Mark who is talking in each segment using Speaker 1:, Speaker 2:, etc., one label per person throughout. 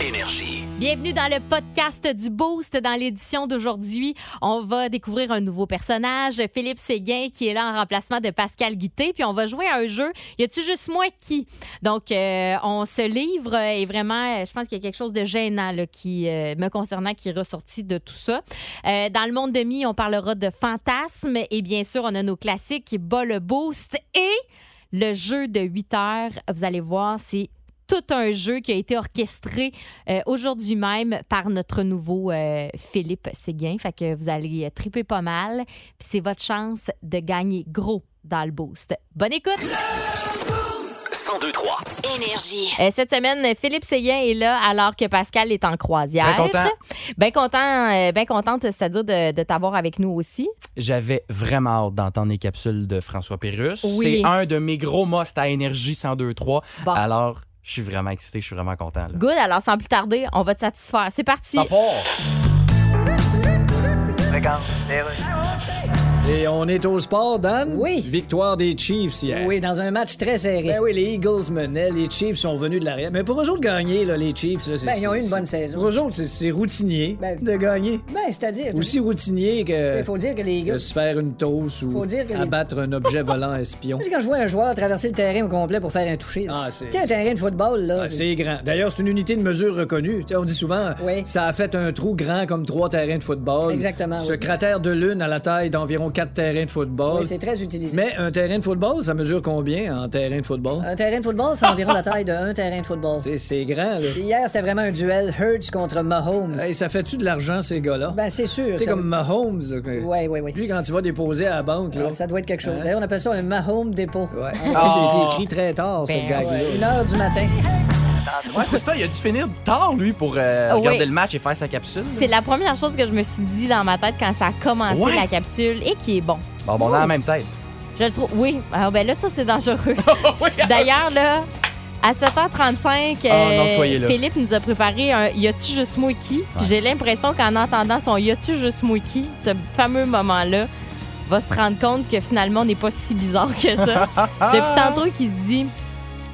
Speaker 1: Énergie.
Speaker 2: Bienvenue dans le podcast du Boost. Dans l'édition d'aujourd'hui, on va découvrir un nouveau personnage, Philippe Séguin, qui est là en remplacement de Pascal Guité. Puis on va jouer à un jeu. Y a-tu juste moi qui? Donc, euh, on se livre euh, et vraiment, euh, je pense qu'il y a quelque chose de gênant là, qui euh, me concernant qui est ressorti de tout ça. Euh, dans le monde de mi, on parlera de fantasmes et bien sûr, on a nos classiques qui bat le Boost et le jeu de 8 heures. Vous allez voir, c'est tout un jeu qui a été orchestré euh, aujourd'hui même par notre nouveau euh, Philippe Séguin. Fait que vous allez euh, triper pas mal. Puis c'est votre chance de gagner gros dans le boost. Bonne écoute!
Speaker 1: 1023.
Speaker 3: Énergie.
Speaker 2: Euh, cette semaine, Philippe Séguin est là alors que Pascal est en croisière.
Speaker 4: Bien content.
Speaker 2: Bien content, euh, bien contente, c'est-à-dire de, de t'avoir avec nous aussi.
Speaker 4: J'avais vraiment hâte d'entendre les capsules de François Pérus.
Speaker 2: Oui. Bah.
Speaker 4: C'est un de mes gros musts à énergie 102.3.
Speaker 2: Bon.
Speaker 4: Alors, je suis vraiment excité, je suis vraiment content. Là.
Speaker 2: Good, alors sans plus tarder, on va te satisfaire. C'est parti!
Speaker 4: Ça part.
Speaker 5: Et on est au sport, Dan? Oui. Victoire des Chiefs hier.
Speaker 6: Oui, dans un match très serré.
Speaker 5: Ben oui, les Eagles menaient, les Chiefs sont venus de l'arrière. Mais pour eux autres gagner, là, les Chiefs, là, c'est.
Speaker 6: Ben, ils ont eu une
Speaker 5: c'est-
Speaker 6: bonne
Speaker 5: c'est-
Speaker 6: saison.
Speaker 5: Pour eux autres, c'est- c'est routinier
Speaker 6: Ben-
Speaker 5: de gagner.
Speaker 6: Ben, c'est-à-dire.
Speaker 5: Aussi euh, routinier que
Speaker 6: Il faut dire que les gars.
Speaker 5: de se faire une tosse ou
Speaker 6: Faut dire que les-
Speaker 5: abattre un objet volant espion.
Speaker 6: Tu sais, quand je vois un joueur traverser le terrain au complet pour faire un toucher. là.
Speaker 5: Ah, c'est-
Speaker 6: Tu sais, un terrain de football, là.
Speaker 5: Ah,
Speaker 6: c'est-
Speaker 5: c'est grand. D'ailleurs, c'est une unité de mesure reconnue. Tu sais, on dit souvent,
Speaker 6: Oui.
Speaker 5: ça a fait un trou grand comme trois terrains de football.
Speaker 6: Exactement,
Speaker 5: Ce
Speaker 6: oui.
Speaker 5: cratère de lune a la taille d'environ quatre terrains de football.
Speaker 6: Oui, c'est très utilisé.
Speaker 5: Mais un terrain de football, ça mesure combien en terrain de football?
Speaker 6: Un terrain de football, c'est environ la taille d'un terrain de football.
Speaker 5: C'est- C'est grand, là.
Speaker 6: Puis Hier, c'était vraiment un duel Hurts contre Mahomes.
Speaker 5: Hey, ça fait-tu de l'argent, ces gars-là?
Speaker 6: Ben, c'est sûr.
Speaker 5: tu sais,
Speaker 6: ça-
Speaker 5: comme Mahomes. là, que-
Speaker 6: Ouais, ouais, ouais.
Speaker 5: Lui, quand tu vas déposer à la banque, là.
Speaker 6: Ah, ça doit être quelque chose.
Speaker 5: Hein?
Speaker 6: D'ailleurs, on appelle ça un Mahomes dépôt.
Speaker 5: Ouais.
Speaker 4: Ah.
Speaker 5: Il a été écrit très tard, Oh,
Speaker 2: Ben
Speaker 5: ce gag-là.
Speaker 6: Ouais, Une heure du matin.
Speaker 4: Ouais, c'est ça, il a dû finir tard, lui, pour euh,
Speaker 2: Oui.
Speaker 4: regarder le match et faire sa capsule.
Speaker 2: C'est la première chose que je me suis dit dans ma tête quand ça a commencé
Speaker 4: Ouais.
Speaker 2: la capsule et qui est bon.
Speaker 4: Bon, bon, on a la même tête.
Speaker 2: Je le trouve. Oui. Ah, ben là, ça, c'est dangereux. D'ailleurs, là, à 7h35,
Speaker 4: hein? Ah, non, soyez là.
Speaker 2: euh, Philippe nous a préparé un Y a-tu juste moi qui? Puis
Speaker 4: Ouais.
Speaker 2: J'ai l'impression qu'en entendant son Y a-tu juste moi qui, ce fameux moment-là, va se rendre compte que finalement, on n'est pas si bizarre que ça. Depuis tantôt qu'il se dit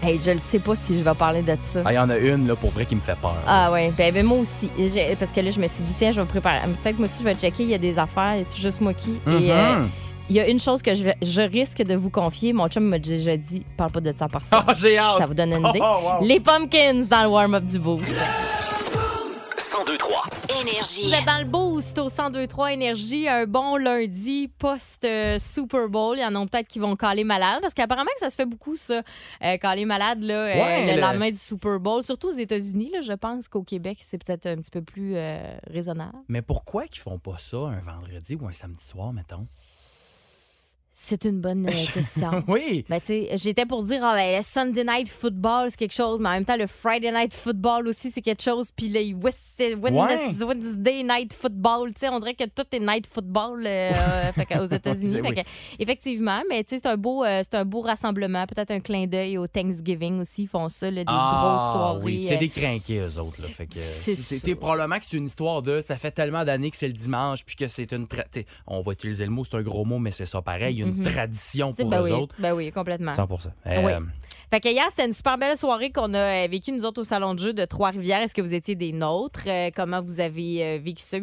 Speaker 2: Hey, je ne sais pas si je vais parler de ça.
Speaker 4: Ah, il y en a une, là, pour vrai, qui me fait peur.
Speaker 2: Ah ouais, ben, ben, moi aussi. J'ai- Parce que là, je me suis dit, tiens, je vais me préparer. Peut-être moi aussi, je vais checker, il y a des affaires, y a-tu juste moi qui? Et euh,
Speaker 4: Mhm.
Speaker 2: il y a une chose que je, vais- je risque de vous confier. Mon chum m'a déjà dit, parle pas de ça par ça.
Speaker 4: Ah, j'ai hâte.
Speaker 2: Ça vous donne une idée.
Speaker 4: Oh, wow.
Speaker 2: Les pumpkins dans le warm-up du boost.
Speaker 1: 1023.
Speaker 2: Vous
Speaker 3: Énergie.
Speaker 2: êtes dans le boost au 102.3 Énergie. Un bon lundi post-Super Bowl. Il y en a peut-être qui vont caler malade parce qu'apparemment que ça se fait beaucoup, ça, euh, caler malade là, euh,
Speaker 4: Ouais,
Speaker 2: le
Speaker 4: le-
Speaker 2: lendemain du Super Bowl. Surtout aux États-Unis, là, je pense qu'au Québec, c'est peut-être un petit peu plus euh, raisonnable.
Speaker 4: Mais pourquoi qu'ils font pas ça un vendredi ou un samedi soir, mettons?
Speaker 2: C'est une bonne euh, question.
Speaker 4: Oui.
Speaker 2: Ben, tu sais, j'étais pour dire, ah, ben, le Sunday Night Football, c'est quelque chose, mais en même temps, le Friday Night Football aussi, c'est quelque chose. Puis le Wednesday,
Speaker 4: Ouais.
Speaker 2: Wednesday Night Football, tu sais, on dirait que tout est Night Football euh, euh, fait que aux États-Unis.
Speaker 4: Oui.
Speaker 2: Fait que, effectivement, mais tu sais, c'est un, beau, euh, c'est un beau rassemblement. Peut-être un clin d'œil au Thanksgiving aussi. Ils font ça, là, des grosses soirées.
Speaker 4: Ah, Oui, puis
Speaker 2: euh,
Speaker 4: c'est des crinqués, eux autres. Là, fait que,
Speaker 2: C'est
Speaker 4: c'est-
Speaker 2: ça.
Speaker 4: c'est- probablement que c'est une histoire de ça fait tellement d'années que c'est le dimanche, puis que c'est une. tra- t'sais, on va utiliser le mot, c'est un gros mot, mais c'est ça pareil. Une
Speaker 2: Mhm.
Speaker 4: tradition
Speaker 2: c'est-
Speaker 4: pour
Speaker 2: ben
Speaker 4: eux
Speaker 2: oui,
Speaker 4: autres.
Speaker 2: Ben oui, complètement. Ah
Speaker 4: 100
Speaker 2: Oui.
Speaker 4: Euh,
Speaker 2: Fait que hier, c'était une super belle soirée qu'on a euh, vécue, nous autres, au Salon de jeu de Trois-Rivières. Est-ce que vous étiez des nôtres? Euh, comment vous avez euh, vécu ça?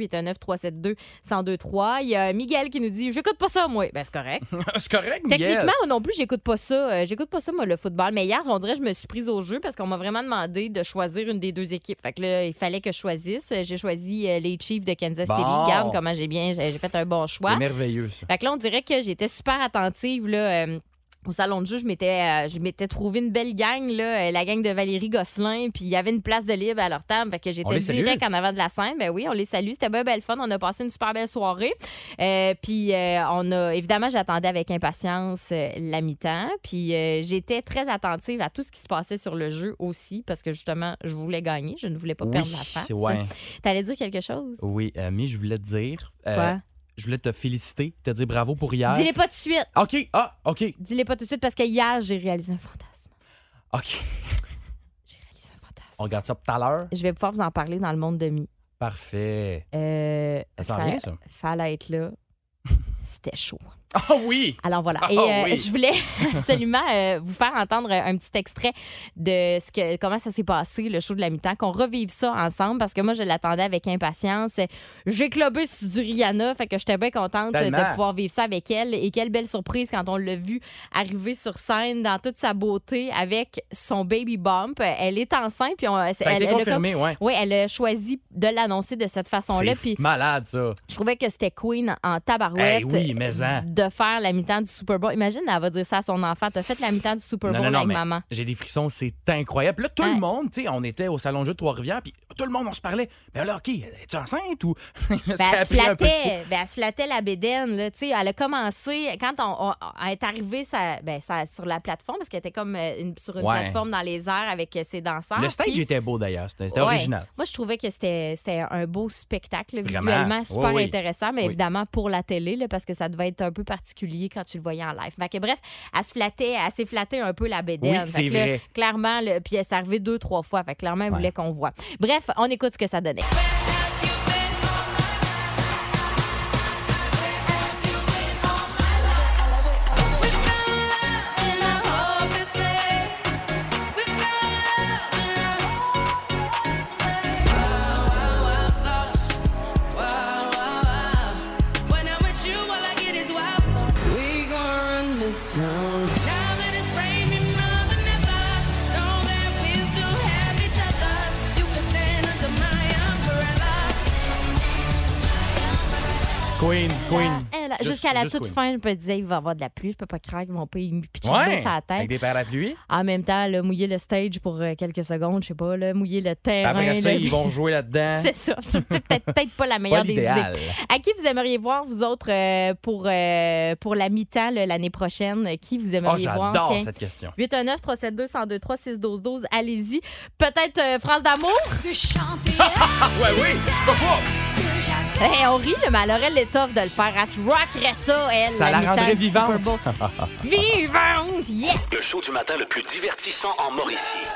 Speaker 2: 819-372-1023. Il y a Miguel qui nous dit J'écoute pas ça, moi. Ben, c'est correct.
Speaker 4: c'est correct,
Speaker 2: Techniquement, non plus, j'écoute pas ça. Euh, j'écoute pas ça, moi, le football. Mais hier, on dirait que je me suis prise au jeu parce qu'on m'a vraiment demandé de choisir une des deux équipes. Fait que là, il fallait que je choisisse. Euh, J'ai choisi euh, les Chiefs de Kansas City.
Speaker 4: Bon.
Speaker 2: Regarde comment j'ai bien, j'ai j'ai fait un bon choix.
Speaker 4: C'est merveilleux, ça.
Speaker 2: Fait que là, on dirait que j'étais super attentive là, euh, au salon de jeu. Je m'étais, euh, je m'étais trouvé une belle gang, là, euh, la gang de Valérie Gosselin, puis il y avait une place de libre à leur table. Fait que
Speaker 4: On
Speaker 2: j'étais
Speaker 4: les salue.
Speaker 2: direct en avant de la scène. Ben oui, on les salue. C'était bien belle fun. On a passé une super belle soirée. Euh, puis euh, on a, évidemment, j'attendais avec impatience euh, la mi-temps. Puis euh, j'étais très attentive à tout ce qui se passait sur le jeu aussi, parce que justement, je voulais gagner. Je ne voulais pas perdre la face.
Speaker 4: oui, ouais.
Speaker 2: T'allais dire quelque chose?
Speaker 4: oui, Ami, je voulais te dire. euh,
Speaker 2: Quoi?
Speaker 4: je voulais te féliciter, te dire bravo pour hier.
Speaker 2: Dis-les pas tout de suite.
Speaker 4: OK, ah, OK,
Speaker 2: Dis-les pas tout de suite parce que hier, j'ai réalisé un fantasme.
Speaker 4: OK.
Speaker 2: J'ai réalisé un fantasme.
Speaker 4: On regarde ça tout à l'heure.
Speaker 2: Je vais pouvoir vous en parler dans le monde de mi.
Speaker 4: Parfait.
Speaker 2: Euh,
Speaker 4: Ça sent
Speaker 2: fa-
Speaker 4: bien, ça.
Speaker 2: Fallait être là. C'était chaud.
Speaker 4: Ah oui!
Speaker 2: Alors voilà.
Speaker 4: Ah,
Speaker 2: Et euh,
Speaker 4: oui.
Speaker 2: je voulais absolument euh, vous faire entendre un petit extrait de ce que, comment ça s'est passé, le show de la mi-temps, qu'on revive ça ensemble parce que moi, je l'attendais avec impatience. J'ai clubé sur du Rihanna, fait que j'étais bien contente
Speaker 4: Tellement.
Speaker 2: de pouvoir vivre ça avec elle. Et quelle belle surprise quand on l'a vue arriver sur scène dans toute sa beauté avec son baby bump. Elle est enceinte, puis on,
Speaker 4: Ça a
Speaker 2: elle, elle
Speaker 4: été
Speaker 2: a
Speaker 4: confirmé, ouais.
Speaker 2: comme- oui, elle a choisi de l'annoncer de cette façon-là.
Speaker 4: C'est
Speaker 2: Puis
Speaker 4: malade, ça.
Speaker 2: je trouvais que c'était Queen en tabarouette
Speaker 4: Eh oui, mais en.
Speaker 2: de faire la mi-temps du Super Bowl. Imagine, elle va dire ça à son enfant. T'as fait la mi-temps du Super
Speaker 4: Non,
Speaker 2: Bowl
Speaker 4: non, non,
Speaker 2: avec
Speaker 4: mais
Speaker 2: maman. Ben,
Speaker 4: J'ai des frissons, c'est incroyable. Puis Là, tout
Speaker 2: Ouais.
Speaker 4: le monde, tu sais, on était au Salon de jeu de Trois-Rivières, puis tout le monde, on se parlait. Mais là, OK, es-tu enceinte ou.
Speaker 2: Ben,
Speaker 4: Jusqu'à
Speaker 2: elle, se
Speaker 4: appeler un peu de-
Speaker 2: flattait, ben, elle se flattait la bédaine. Là, tu sais. elle a commencé, quand on, on- elle est arrivée ça, ben, ça, sur la plateforme, parce qu'elle était comme euh, une- sur une
Speaker 4: Ouais.
Speaker 2: plateforme dans les airs avec euh, ses danseurs.
Speaker 4: Le stage
Speaker 2: puis-
Speaker 4: était beau d'ailleurs, c'était c'était
Speaker 2: Ouais.
Speaker 4: original.
Speaker 2: Moi, je trouvais que c'était c'était un beau spectacle
Speaker 4: Vraiment.
Speaker 2: visuellement, super
Speaker 4: Oui, oui.
Speaker 2: intéressant, mais
Speaker 4: Oui.
Speaker 2: évidemment pour la télé, là, parce que ça devait être un peu particulier quand tu le voyais en live. Fait que bref, elle se flattait, elle s'est flattée un peu la bédaine.
Speaker 4: Oui,
Speaker 2: Fait que
Speaker 4: c'est
Speaker 2: là,
Speaker 4: vrai.
Speaker 2: clairement, le, puis elle s'est arrivée deux, trois fois. Fait que clairement, elle voulait qu'on voit. Bref, on écoute ce que ça donnait.
Speaker 4: Queen, Queen.
Speaker 2: Elle-
Speaker 4: Juste-
Speaker 2: Jusqu'à la
Speaker 4: juste
Speaker 2: toute
Speaker 4: Queen.
Speaker 2: fin, je me disais, il va y avoir de la pluie, je peux pas craindre qu'ils vont pas y pitcher
Speaker 4: Ouais,
Speaker 2: sur la
Speaker 4: avec
Speaker 2: tête.
Speaker 4: des parapluies.
Speaker 2: En même temps, là, mouiller le stage pour euh, quelques secondes, je sais pas, là, mouiller le terrain.
Speaker 4: Après ça,
Speaker 2: là,
Speaker 4: ils vont jouer là-dedans.
Speaker 2: C'est ça. C'est peut-être peut-être pas la meilleure
Speaker 4: Euh, Pas
Speaker 2: des
Speaker 4: l'idéal.
Speaker 2: idées. À qui vous aimeriez voir, vous autres, euh, pour, euh, pour la mi-temps là, l'année prochaine? Qui vous
Speaker 4: Oh,
Speaker 2: aimeriez voir?
Speaker 4: j'adore
Speaker 2: tiens?
Speaker 4: cette question.
Speaker 2: 819 372 1023 612 12 allez-y. Peut-être euh, France d'amour?
Speaker 7: De chanter
Speaker 4: Ouais, oui, pourquoi
Speaker 7: ce que j'attends.
Speaker 2: Eh, on rit, là, mais elle aurait l'étoffe de le faire. Elle te rockerait ça, elle,
Speaker 4: Ça la
Speaker 2: mi-temps
Speaker 4: rendrait
Speaker 2: du Super
Speaker 4: vivante.
Speaker 2: Bowl. vivante! Yes!
Speaker 1: Le show du matin le plus divertissant en Mauricie.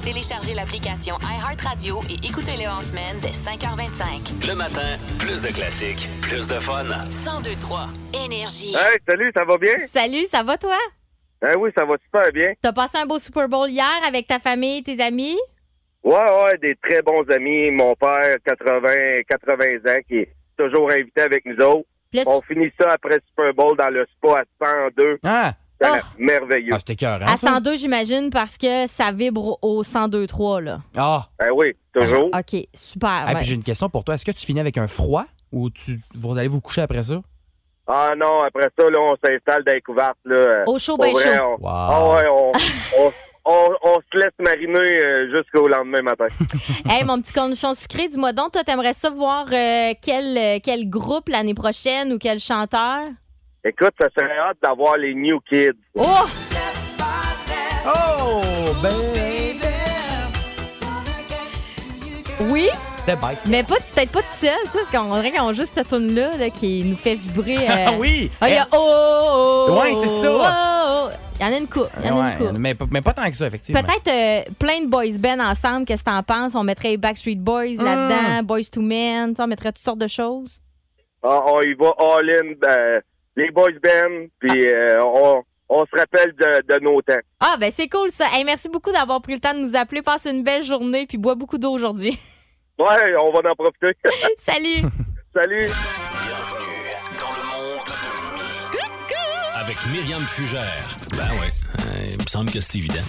Speaker 3: Téléchargez l'application iHeartRadio et écoutez-le en semaine dès 5h25.
Speaker 1: Le matin, plus de classiques, plus de fun.
Speaker 3: 1023 Énergie.
Speaker 1: Hein?
Speaker 8: Hey, salut, ça va bien?
Speaker 2: Salut, ça va, toi?
Speaker 8: Ben oui, ça va super bien.
Speaker 2: T'as passé un beau Super Bowl hier avec ta famille et tes amis?
Speaker 8: Ouais, ouais, des très bons amis. Mon père, 80, 80 ans, qui est toujours invité avec nous autres.
Speaker 2: Puis là, tu-
Speaker 8: On finit ça après le Super Bowl dans le spa à 102.
Speaker 4: Ah,
Speaker 8: C'est
Speaker 2: Ah.
Speaker 8: merveilleux.
Speaker 4: ah c'était cœur,
Speaker 2: à 102, j'imagine, parce que ça vibre au 102.3, là.
Speaker 4: Ah,
Speaker 8: Ben oui, toujours.
Speaker 2: OK, super.
Speaker 4: Ah,
Speaker 2: ouais.
Speaker 4: puis j'ai une question pour toi. Est-ce que tu finis avec un froid ou tu vous allez vous coucher après ça?
Speaker 8: Ah non, après ça, là, on s'installe dans les couvertes. Là.
Speaker 2: Au chaud,
Speaker 8: Pour
Speaker 2: ben
Speaker 8: vrai,
Speaker 2: chaud.
Speaker 8: on-
Speaker 4: Wow.
Speaker 8: Ah ouais, on, on, on- on se laisse mariner euh, jusqu'au lendemain matin.
Speaker 2: Hey, mon petit cornichon sucré, dis-moi donc, toi, t'aimerais ça voir euh, quel, euh, quel groupe l'année prochaine ou quel chanteur?
Speaker 8: Écoute, ça serait hâte d'avoir les New Kids.
Speaker 2: Oh!
Speaker 4: Oh, ben.
Speaker 2: Oui,
Speaker 4: C'était bête.
Speaker 2: mais pas- peut-être pas tout seul, tu sais, parce qu'on dirait qu'on a juste cette tune-là là, qui nous fait vibrer. euh,
Speaker 4: Ah oui!
Speaker 2: Ah, il y a oh, oh, oh,
Speaker 4: Ouais, c'est ça.
Speaker 2: oh, oh, oh. Il y en a une coupe, il y en a
Speaker 4: Ouais,
Speaker 2: une coupe.
Speaker 4: mais, mais pas tant que ça, effectivement.
Speaker 2: Peut-être euh, plein de boys band ensemble, qu'est-ce que t'en penses? On mettrait les Backstreet Boys
Speaker 4: Ah.
Speaker 2: là-dedans, Boys to Men, tu sais, on mettrait toutes sortes de choses.
Speaker 8: Ah, on y va all-in, ben, les boys band, puis euh, on, on se rappelle de, de nos temps.
Speaker 2: Ah, ben c'est cool ça. Hey, merci beaucoup d'avoir pris le temps de nous appeler. Passe une belle journée, puis bois beaucoup d'eau aujourd'hui.
Speaker 8: Ouais, on va en profiter.
Speaker 2: Salut!
Speaker 8: Salut!
Speaker 1: Bienvenue dans le monde de Mi. Avec Myriam Fugère. Ben ouais, euh, il me semble que c'est évident.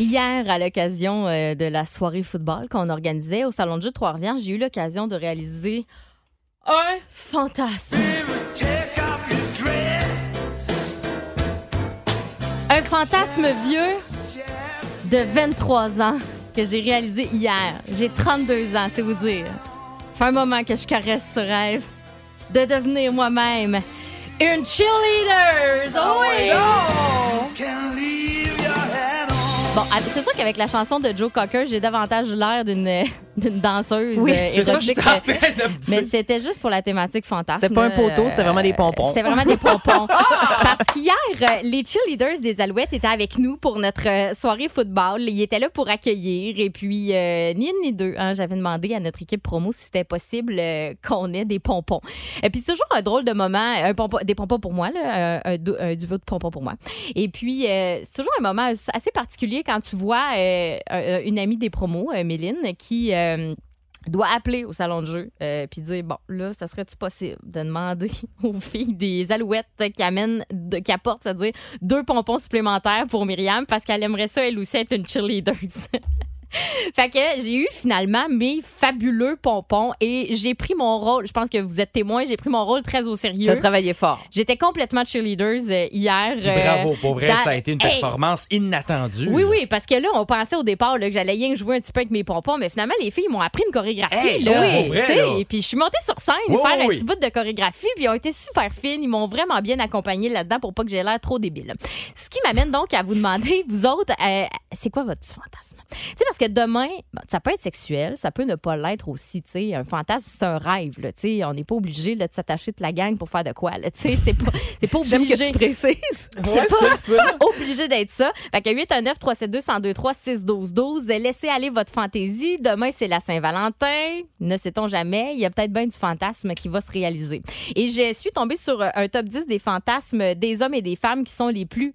Speaker 2: Hier, à l'occasion euh, de la soirée football qu'on organisait au Salon de jeu de Trois-Rivières, j'ai eu l'occasion de réaliser un fantasme. Un fantasme vieux de 23 ans que j'ai réalisé hier. J'ai 32 ans, c'est vous dire. Ça fait un moment que je caresse ce rêve de devenir moi-même une cheerleader. Oh oui!
Speaker 4: Ah
Speaker 2: ah, Bon, ah, c'est sûr qu'avec la chanson de Joe Cocker, j'ai davantage l'air d'une d'une danseuse
Speaker 7: Oui,
Speaker 2: euh,
Speaker 4: C'est ça que je
Speaker 2: érotique. euh,
Speaker 4: tentais de me
Speaker 2: Mais
Speaker 4: dire.
Speaker 2: c'était juste pour la thématique fantasme. euh,
Speaker 7: C'était pas un
Speaker 2: là,
Speaker 7: poteau, c'était vraiment des pompons.
Speaker 2: C'était vraiment des pompons. Parce qu'hier, euh, les cheerleaders des Alouettes étaient avec nous pour notre euh, soirée football. Ils étaient là pour accueillir. Et puis, euh, ni une ni deux, hein, j'avais demandé à notre équipe promo si c'était possible euh, qu'on ait des pompons. Et puis, c'est toujours un drôle de moment. euh, Un pompon, des pompons pour moi, là, euh, un, un du un duo de pompons pour moi. Et puis, euh, c'est toujours un moment assez particulier quand tu vois euh, euh, une amie des promos, euh, Méline, qui... euh, doit appeler au salon de jeu euh, puis dire bon là ça serait-tu possible de demander aux filles des alouettes qui amènent de- qui apportent c'est-à-dire deux pompons supplémentaires pour Myriam parce qu'elle aimerait ça elle aussi être une cheerleader Fait que j'ai eu finalement mes fabuleux pompons et j'ai pris mon rôle, je pense que vous êtes témoin, j'ai pris mon rôle très au
Speaker 7: T'as
Speaker 2: sérieux.
Speaker 7: travaillé fort.
Speaker 2: J'étais complètement cheerleaders euh, hier.
Speaker 4: Puis
Speaker 2: euh,
Speaker 4: bravo, pour vrai,
Speaker 2: dans-
Speaker 4: ça a été une
Speaker 2: Hey!
Speaker 4: performance inattendue.
Speaker 2: Oui, oui, parce que là, on pensait au départ là, que j'allais rien que jouer un petit peu avec mes pompons, mais finalement, les filles m'ont appris une chorégraphie.
Speaker 4: Hey,
Speaker 2: là,
Speaker 4: oui, pour vrai,
Speaker 2: tu sais.
Speaker 4: là.
Speaker 2: Et puis, je suis montée sur scène
Speaker 4: Oui,
Speaker 2: faire
Speaker 4: oui,
Speaker 2: un
Speaker 4: oui.
Speaker 2: petit bout de chorégraphie, puis ils ont été super fines. Ils m'ont vraiment bien accompagnée là-dedans pour pas que j'ai l'air trop débile. Ce qui m'amène donc à vous demander, vous autres, euh, c'est quoi votre petit fantasme? Tu sais, parce que demain, bon, ça peut être sexuel, ça peut ne pas l'être aussi. Tu sais, un fantasme, c'est un rêve. Là, tu sais, on n'est pas obligé là, de s'attacher de la gang pour faire de quoi. là, Tu sais, c'est pas, c'est pas
Speaker 7: J'aime que
Speaker 2: obligé.
Speaker 7: tu précises.
Speaker 2: C'est pas obligé d'être ça. Fait que 819 372 1023 612 12 laissez aller votre fantaisie. Demain c'est la Saint-Valentin. Ne sait-on jamais, il y a peut-être bien du fantasme qui va se réaliser. Et je suis tombée sur euh, un top 10 des fantasmes des hommes et des femmes qui sont les plus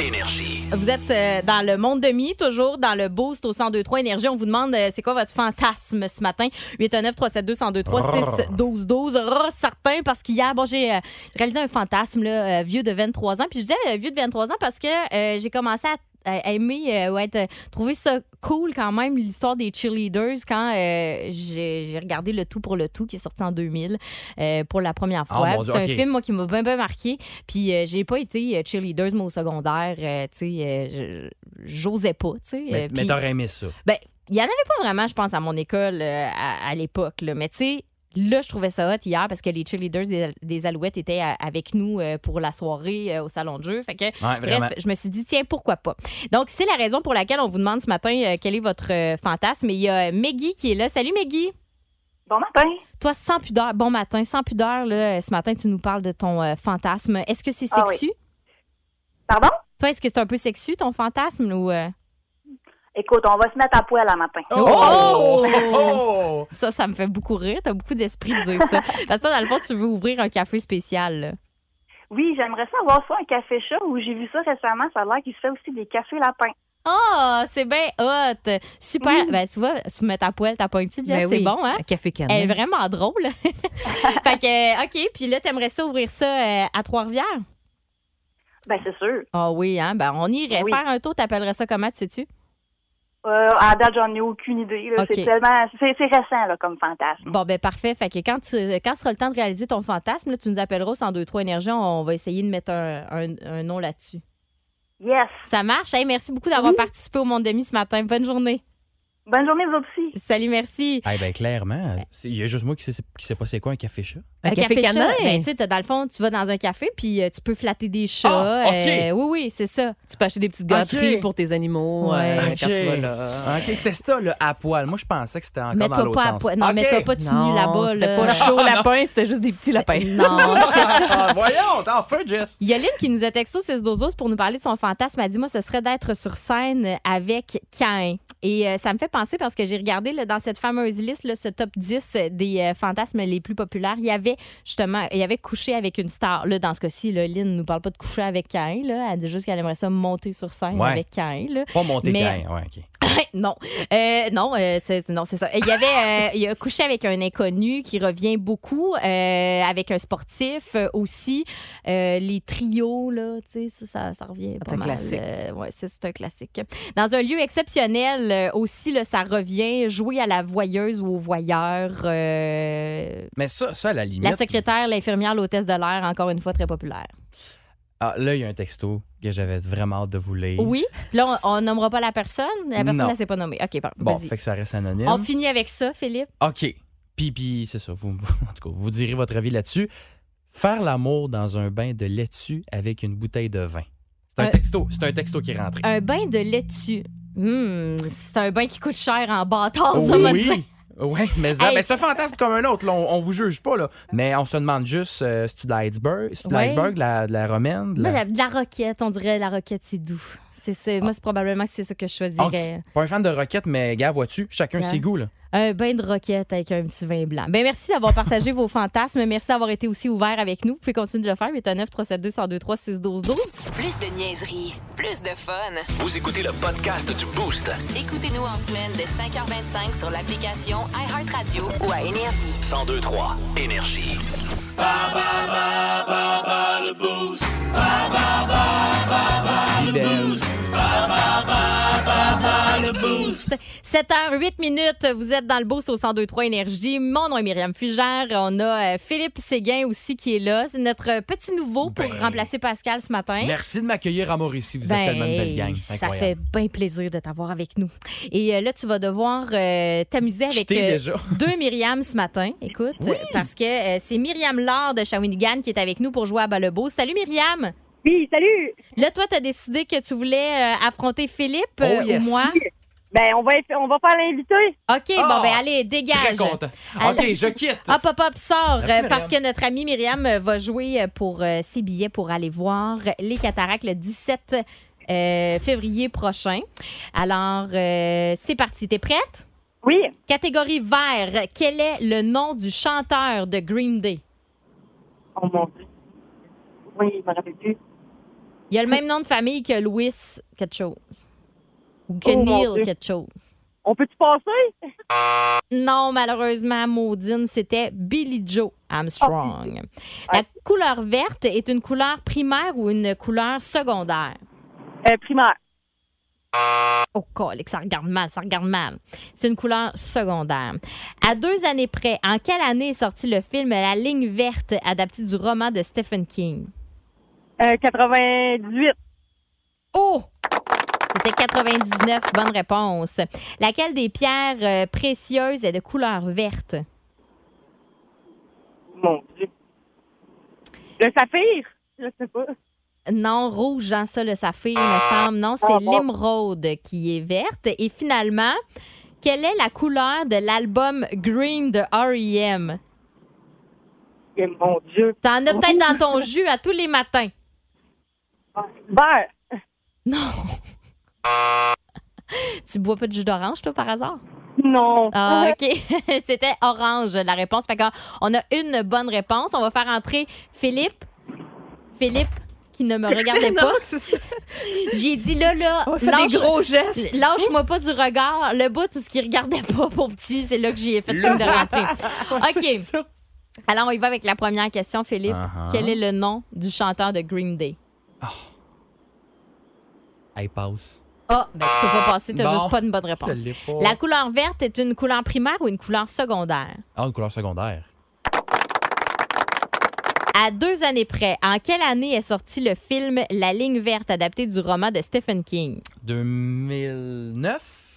Speaker 1: Énergie.
Speaker 2: Vous êtes euh, dans le monde de mi, toujours dans le boost au 1023 énergie. On vous demande euh, c'est quoi votre fantasme ce matin 819 372 1023 6 12 12 Rrr, Oh, certain parce qu'hier bon j'ai euh, réalisé un fantasme là, euh, vieux de 23 ans puis je disais euh, vieux de 23 ans parce que euh, j'ai commencé à à aimer euh, ou à être- euh, trouver ça cool quand même l'histoire des cheerleaders quand euh, j'ai j'ai regardé le tout pour le tout qui est sorti en 2000 euh, pour la première
Speaker 4: Ah,
Speaker 2: fois
Speaker 4: mon
Speaker 2: Puis c'est
Speaker 4: Dieu,
Speaker 2: un
Speaker 4: ok.
Speaker 2: film moi qui m'a bien bien marqué puis euh, j'ai pas été euh, cheerleaders moi au secondaire, euh, tu sais, euh, je- j'osais pas, tu sais.
Speaker 4: Mais,
Speaker 2: euh,
Speaker 4: mais
Speaker 2: puis-
Speaker 4: t'aurais aimé ça.
Speaker 2: ben, il y en avait pas vraiment, je pense, à mon école euh, à, à l'époque, là. mais tu sais. Là, je trouvais ça hot hier parce que les cheerleaders des, des Alouettes étaient à- avec nous euh, pour la soirée euh, au salon de jeu. Fait que
Speaker 4: Ouais, vraiment.
Speaker 2: Bref, je me suis dit, tiens, pourquoi pas? Donc, c'est la raison pour laquelle on vous demande ce matin euh, quel est votre euh, fantasme. Et il y a Meggy qui est là. Salut, Meggy.
Speaker 9: Bon matin.
Speaker 2: Toi, sans pudeur, bon matin, sans pudeur, là, euh, ce matin, tu nous parles de ton euh, fantasme. Est-ce que c'est
Speaker 9: Ah oui.
Speaker 2: sexu?
Speaker 9: Pardon?
Speaker 2: Toi, est-ce que c'est un peu sexu, ton fantasme? Ou, euh?
Speaker 9: Écoute, on va se mettre à poil un matin.
Speaker 2: Oh!
Speaker 4: Oh!
Speaker 2: Ça, ça me fait beaucoup rire. T'as beaucoup d'esprit de dire ça. Parce que toi, dans le fond, tu veux ouvrir un café spécial. là.
Speaker 9: Oui, j'aimerais ça avoir soit un café chat ou j'ai vu ça récemment, ça a l'air qu'il se fait aussi des cafés lapins.
Speaker 2: Ah, c'est bien hot. Super. Ben, tu vois, tu mets ta poêle, t'as pas une petite, Jess,
Speaker 7: Ben
Speaker 2: c'est
Speaker 7: oui,
Speaker 2: bon, hein?
Speaker 7: un café canin.
Speaker 2: Elle est vraiment drôle. fait que, euh, OK, puis là, t'aimerais ça ouvrir ça euh, à Trois-Rivières?
Speaker 9: Ben, c'est sûr.
Speaker 2: Ah oui, hein? Ben, on irait
Speaker 9: Oui.
Speaker 2: faire un tour. T'appellerais ça comment, tu sais-tu?
Speaker 9: Euh, à date, j'en ai aucune idée. là.
Speaker 2: Ok.
Speaker 9: C'est tellement. C'est c'est récent, là, comme fantasme.
Speaker 2: Bon, ben parfait. Fait que quand, tu, quand sera le temps de réaliser ton fantasme, là, tu nous appelleras au 1023 Énergie. On va essayer de mettre un- un- un nom là-dessus.
Speaker 9: Yes.
Speaker 2: Ça marche. Hey, merci beaucoup d'avoir participé au Monde Demi ce matin. Bonne journée.
Speaker 9: Bonne journée, vous aussi.
Speaker 2: Salut, merci.
Speaker 4: Eh ben clairement,
Speaker 2: Euh.
Speaker 4: c'est- il y a juste moi qui sais, qui sais pas c'est quoi un café chat.
Speaker 7: Un café
Speaker 2: chat.
Speaker 7: canin.
Speaker 2: Ben, tu sais, t'as- dans le fond, tu vas dans un café puis euh, tu peux flatter des chats. Euh,
Speaker 4: Ah, ok.
Speaker 2: oui, oui, c'est ça.
Speaker 7: Tu peux acheter des petites gâteries
Speaker 4: Ok.
Speaker 7: pour tes animaux
Speaker 2: Ouais.
Speaker 7: euh, quand tu vas
Speaker 4: Ok.
Speaker 7: là.
Speaker 4: Ok, c'était ça le à poil. Moi je pensais que c'était encore dans
Speaker 2: Mets-toi
Speaker 4: l'autre
Speaker 2: pas à
Speaker 4: sens.
Speaker 2: poil. Non,
Speaker 4: Ok.
Speaker 2: mets-toi pas tu nu là-bas.
Speaker 7: C'était
Speaker 2: là.
Speaker 7: pas chaud lapin, c'était juste des petits lapins.
Speaker 2: Non, c'est ça.
Speaker 4: Ah, voyons, t'es en feu, Jess.
Speaker 2: Il y a Lynn qui nous a texté ses dosos pour nous parler de son fantasme. Elle dit Moi, ce serait d'être sur scène avec Cain. Et euh, ça me fait penser parce que j'ai regardé là, dans cette fameuse liste, là, ce top 10 des euh, fantasmes les plus populaires. Il y avait justement, il y avait coucher avec une star. Là, dans ce cas-ci, là, Lynn nous parle pas de coucher avec Cain. Là. Elle dit juste qu'elle aimerait ça monter sur scène
Speaker 4: Ouais.
Speaker 2: avec Cain. Là.
Speaker 4: Pas monter
Speaker 2: Mais-
Speaker 4: Cain, ouais, ok.
Speaker 2: non. Euh, non, euh, c'est, non, c'est ça. Il y avait euh, il y a couché avec un inconnu qui revient beaucoup, euh, avec un sportif euh, aussi. Euh, les trios, là, tu sais, ça, ça, ça revient pas
Speaker 7: C'est un
Speaker 2: mal.
Speaker 7: classique.
Speaker 2: Euh, ouais, c'est, c'est un classique. Dans un lieu exceptionnel euh, aussi, là, ça revient jouer à la voyeuse ou au voyeur. euh,
Speaker 4: Mais ça, ça à la limite.
Speaker 2: la secrétaire, l'infirmière, l'hôtesse de l'air, encore une fois, très populaire.
Speaker 4: Ah, là, il y a un texto que j'avais vraiment hâte de vous lire.
Speaker 2: Oui. Là, on, on nommera pas la personne. La personne,
Speaker 4: Non.
Speaker 2: elle s'est pas nommée. OK, bon,
Speaker 4: Bon,
Speaker 2: vas-y.
Speaker 4: fait que ça reste anonyme.
Speaker 2: On finit avec ça, Philippe.
Speaker 4: OK. Puis, puis c'est ça. Vous, en tout cas, vous direz votre avis là-dessus. Faire l'amour dans un bain de laitue avec une bouteille de vin. C'est un
Speaker 2: Euh,
Speaker 4: texto. C'est un texto qui est rentré.
Speaker 2: Un bain de laitue. Hmm, c'est un bain qui coûte cher en bâtard, Oh, ça va dire.
Speaker 4: Oh oui. Oui, mais, ça-
Speaker 2: Hey.
Speaker 4: mais c'est un fantasme comme un autre. là. on, on vous juge pas, là. Mais on se demande juste, euh, c'est-tu de l'iceberg? C'est-tu de
Speaker 2: Ouais.
Speaker 4: l'iceberg, de la, de la romaine? de
Speaker 2: Moi,
Speaker 4: la-
Speaker 2: j'avais de la roquette. On dirait la roquette, c'est doux. C'est ça. Moi, c'est probablement que c'est ça que je
Speaker 4: Ok.
Speaker 2: choisirais.
Speaker 4: Ah, Pas un fan de roquette, mais gars, vois-tu, chacun
Speaker 2: Yeah.
Speaker 4: ses goûts, là.
Speaker 2: Un bain de roquette avec un petit vin blanc. Ben, merci d'avoir partagé vos fantasmes. Merci d'avoir été aussi ouvert avec nous. Vous pouvez continuer de le faire. 819 372 1023 612 12
Speaker 3: Plus de niaiserie, plus de fun.
Speaker 1: Vous écoutez le podcast du Boost.
Speaker 3: Écoutez-nous en semaine de 5h25 sur l'application iHeartRadio ou à Énergie.
Speaker 1: 1023 Énergie.
Speaker 10: Ah.
Speaker 4: Libelle.
Speaker 2: 7h08 minutes, vous êtes dans le boost au 1023 Énergie. Mon nom est Myriam Fugère. On a euh, Philippe Séguin aussi qui est là. C'est notre petit nouveau pour
Speaker 4: Ben.
Speaker 2: remplacer Pascal ce matin.
Speaker 4: Merci de m'accueillir à Mauricie. Vous
Speaker 2: Ben,
Speaker 4: êtes tellement une belle gang. C'est
Speaker 2: ça fait
Speaker 4: incroyable.
Speaker 2: bien plaisir de t'avoir avec nous. Et euh, là, tu vas devoir euh, t'amuser
Speaker 4: Je
Speaker 2: avec
Speaker 4: t'ai
Speaker 2: euh,
Speaker 4: déjà.
Speaker 2: deux Myriam ce matin. Écoute, euh, parce que euh, c'est Myriam Laure de Shawinigan qui est avec nous pour jouer à Balebo. Salut Myriam!
Speaker 9: Oui, salut!
Speaker 2: Là, toi, tu as décidé que tu voulais euh, affronter Philippe
Speaker 4: Oh,
Speaker 2: euh,
Speaker 4: yes.
Speaker 2: ou moi.
Speaker 9: Ben, on va, on va faire l'invité.
Speaker 2: OK, bon,
Speaker 4: Ah!
Speaker 2: ben allez,
Speaker 4: Très
Speaker 2: dégage.
Speaker 4: content.
Speaker 2: Alors-
Speaker 4: OK, je quitte.
Speaker 2: Hop, hop, hop, sors,
Speaker 4: Merci,
Speaker 2: euh, parce que notre amie Myriam euh, va jouer euh, pour euh, ses billets pour aller voir les cataractes le 17 euh, février prochain. Alors, euh, c'est parti. T'es prête?
Speaker 9: Oui,
Speaker 2: Catégorie vert, quel est le nom du chanteur de Green Day?
Speaker 9: Oh mon dieu. Oui, je me rappelle plus.
Speaker 2: Il a le même nom de famille que Louis quelque chose. Ou que
Speaker 9: Oh, mon
Speaker 2: Neil
Speaker 9: Dieu.
Speaker 2: quelque chose.
Speaker 9: On peut-tu passer?
Speaker 2: Non, malheureusement, Maudine, c'était Billy Joe Armstrong.
Speaker 9: Ah.
Speaker 2: La couleur verte est une couleur primaire ou une couleur secondaire?
Speaker 9: Euh, primaire.
Speaker 2: Oh, colique, ça regarde mal, ça regarde mal. C'est une couleur secondaire. À deux années près, en quelle année est sorti le film La ligne verte, adapté du roman de Stephen King?
Speaker 9: Euh, 98.
Speaker 2: Oh! C'était 99, bonne réponse. Laquelle des pierres euh, précieuses est de couleur verte?
Speaker 9: Mon dieu. Le saphir? Je sais pas.
Speaker 2: Non, rouge, hein, ça, le saphir, il me semble. Non,
Speaker 9: Ah,
Speaker 2: c'est l'émeraude qui est verte. Et finalement, quelle est la couleur de l'album Green de E R.E.M.?
Speaker 9: Et mon dieu.
Speaker 2: T'en as peut-être dans ton jus à tous les matins.
Speaker 9: Vert.
Speaker 2: Non. tu bois pas de jus d'orange, toi, par hasard?
Speaker 9: Non.
Speaker 2: Ah, OK. C'était orange, la réponse. Fait qu'on a une bonne réponse. On va faire entrer Philippe. Philippe, qui ne me regardait
Speaker 7: Non,
Speaker 2: pas.
Speaker 7: c'est ça.
Speaker 2: J'ai dit là, là,
Speaker 7: On fait
Speaker 2: lâche,
Speaker 7: des gros gestes.
Speaker 2: lâche-moi pas du regard. Le bout, tout ce qu'il regardait pas, pour petit, c'est là que j'y ai fait signe de rentrer.
Speaker 4: C'est
Speaker 2: OK.
Speaker 4: ça.
Speaker 2: Alors, on y va avec la première question, Philippe.
Speaker 4: Uh-huh.
Speaker 2: Quel est le nom du chanteur de Green Day?
Speaker 4: Hey, passe.
Speaker 2: Ah, ben, tu peux pas passer, t'as
Speaker 4: Bon.
Speaker 2: juste pas une bonne
Speaker 4: Je
Speaker 2: réponse.
Speaker 4: l'ai pas.
Speaker 2: La couleur verte est une couleur primaire ou une couleur secondaire?
Speaker 4: Ah, une couleur secondaire.
Speaker 2: À deux années près, en quelle année est sorti le film La ligne verte adapté du roman de Stephen King?
Speaker 4: 2009?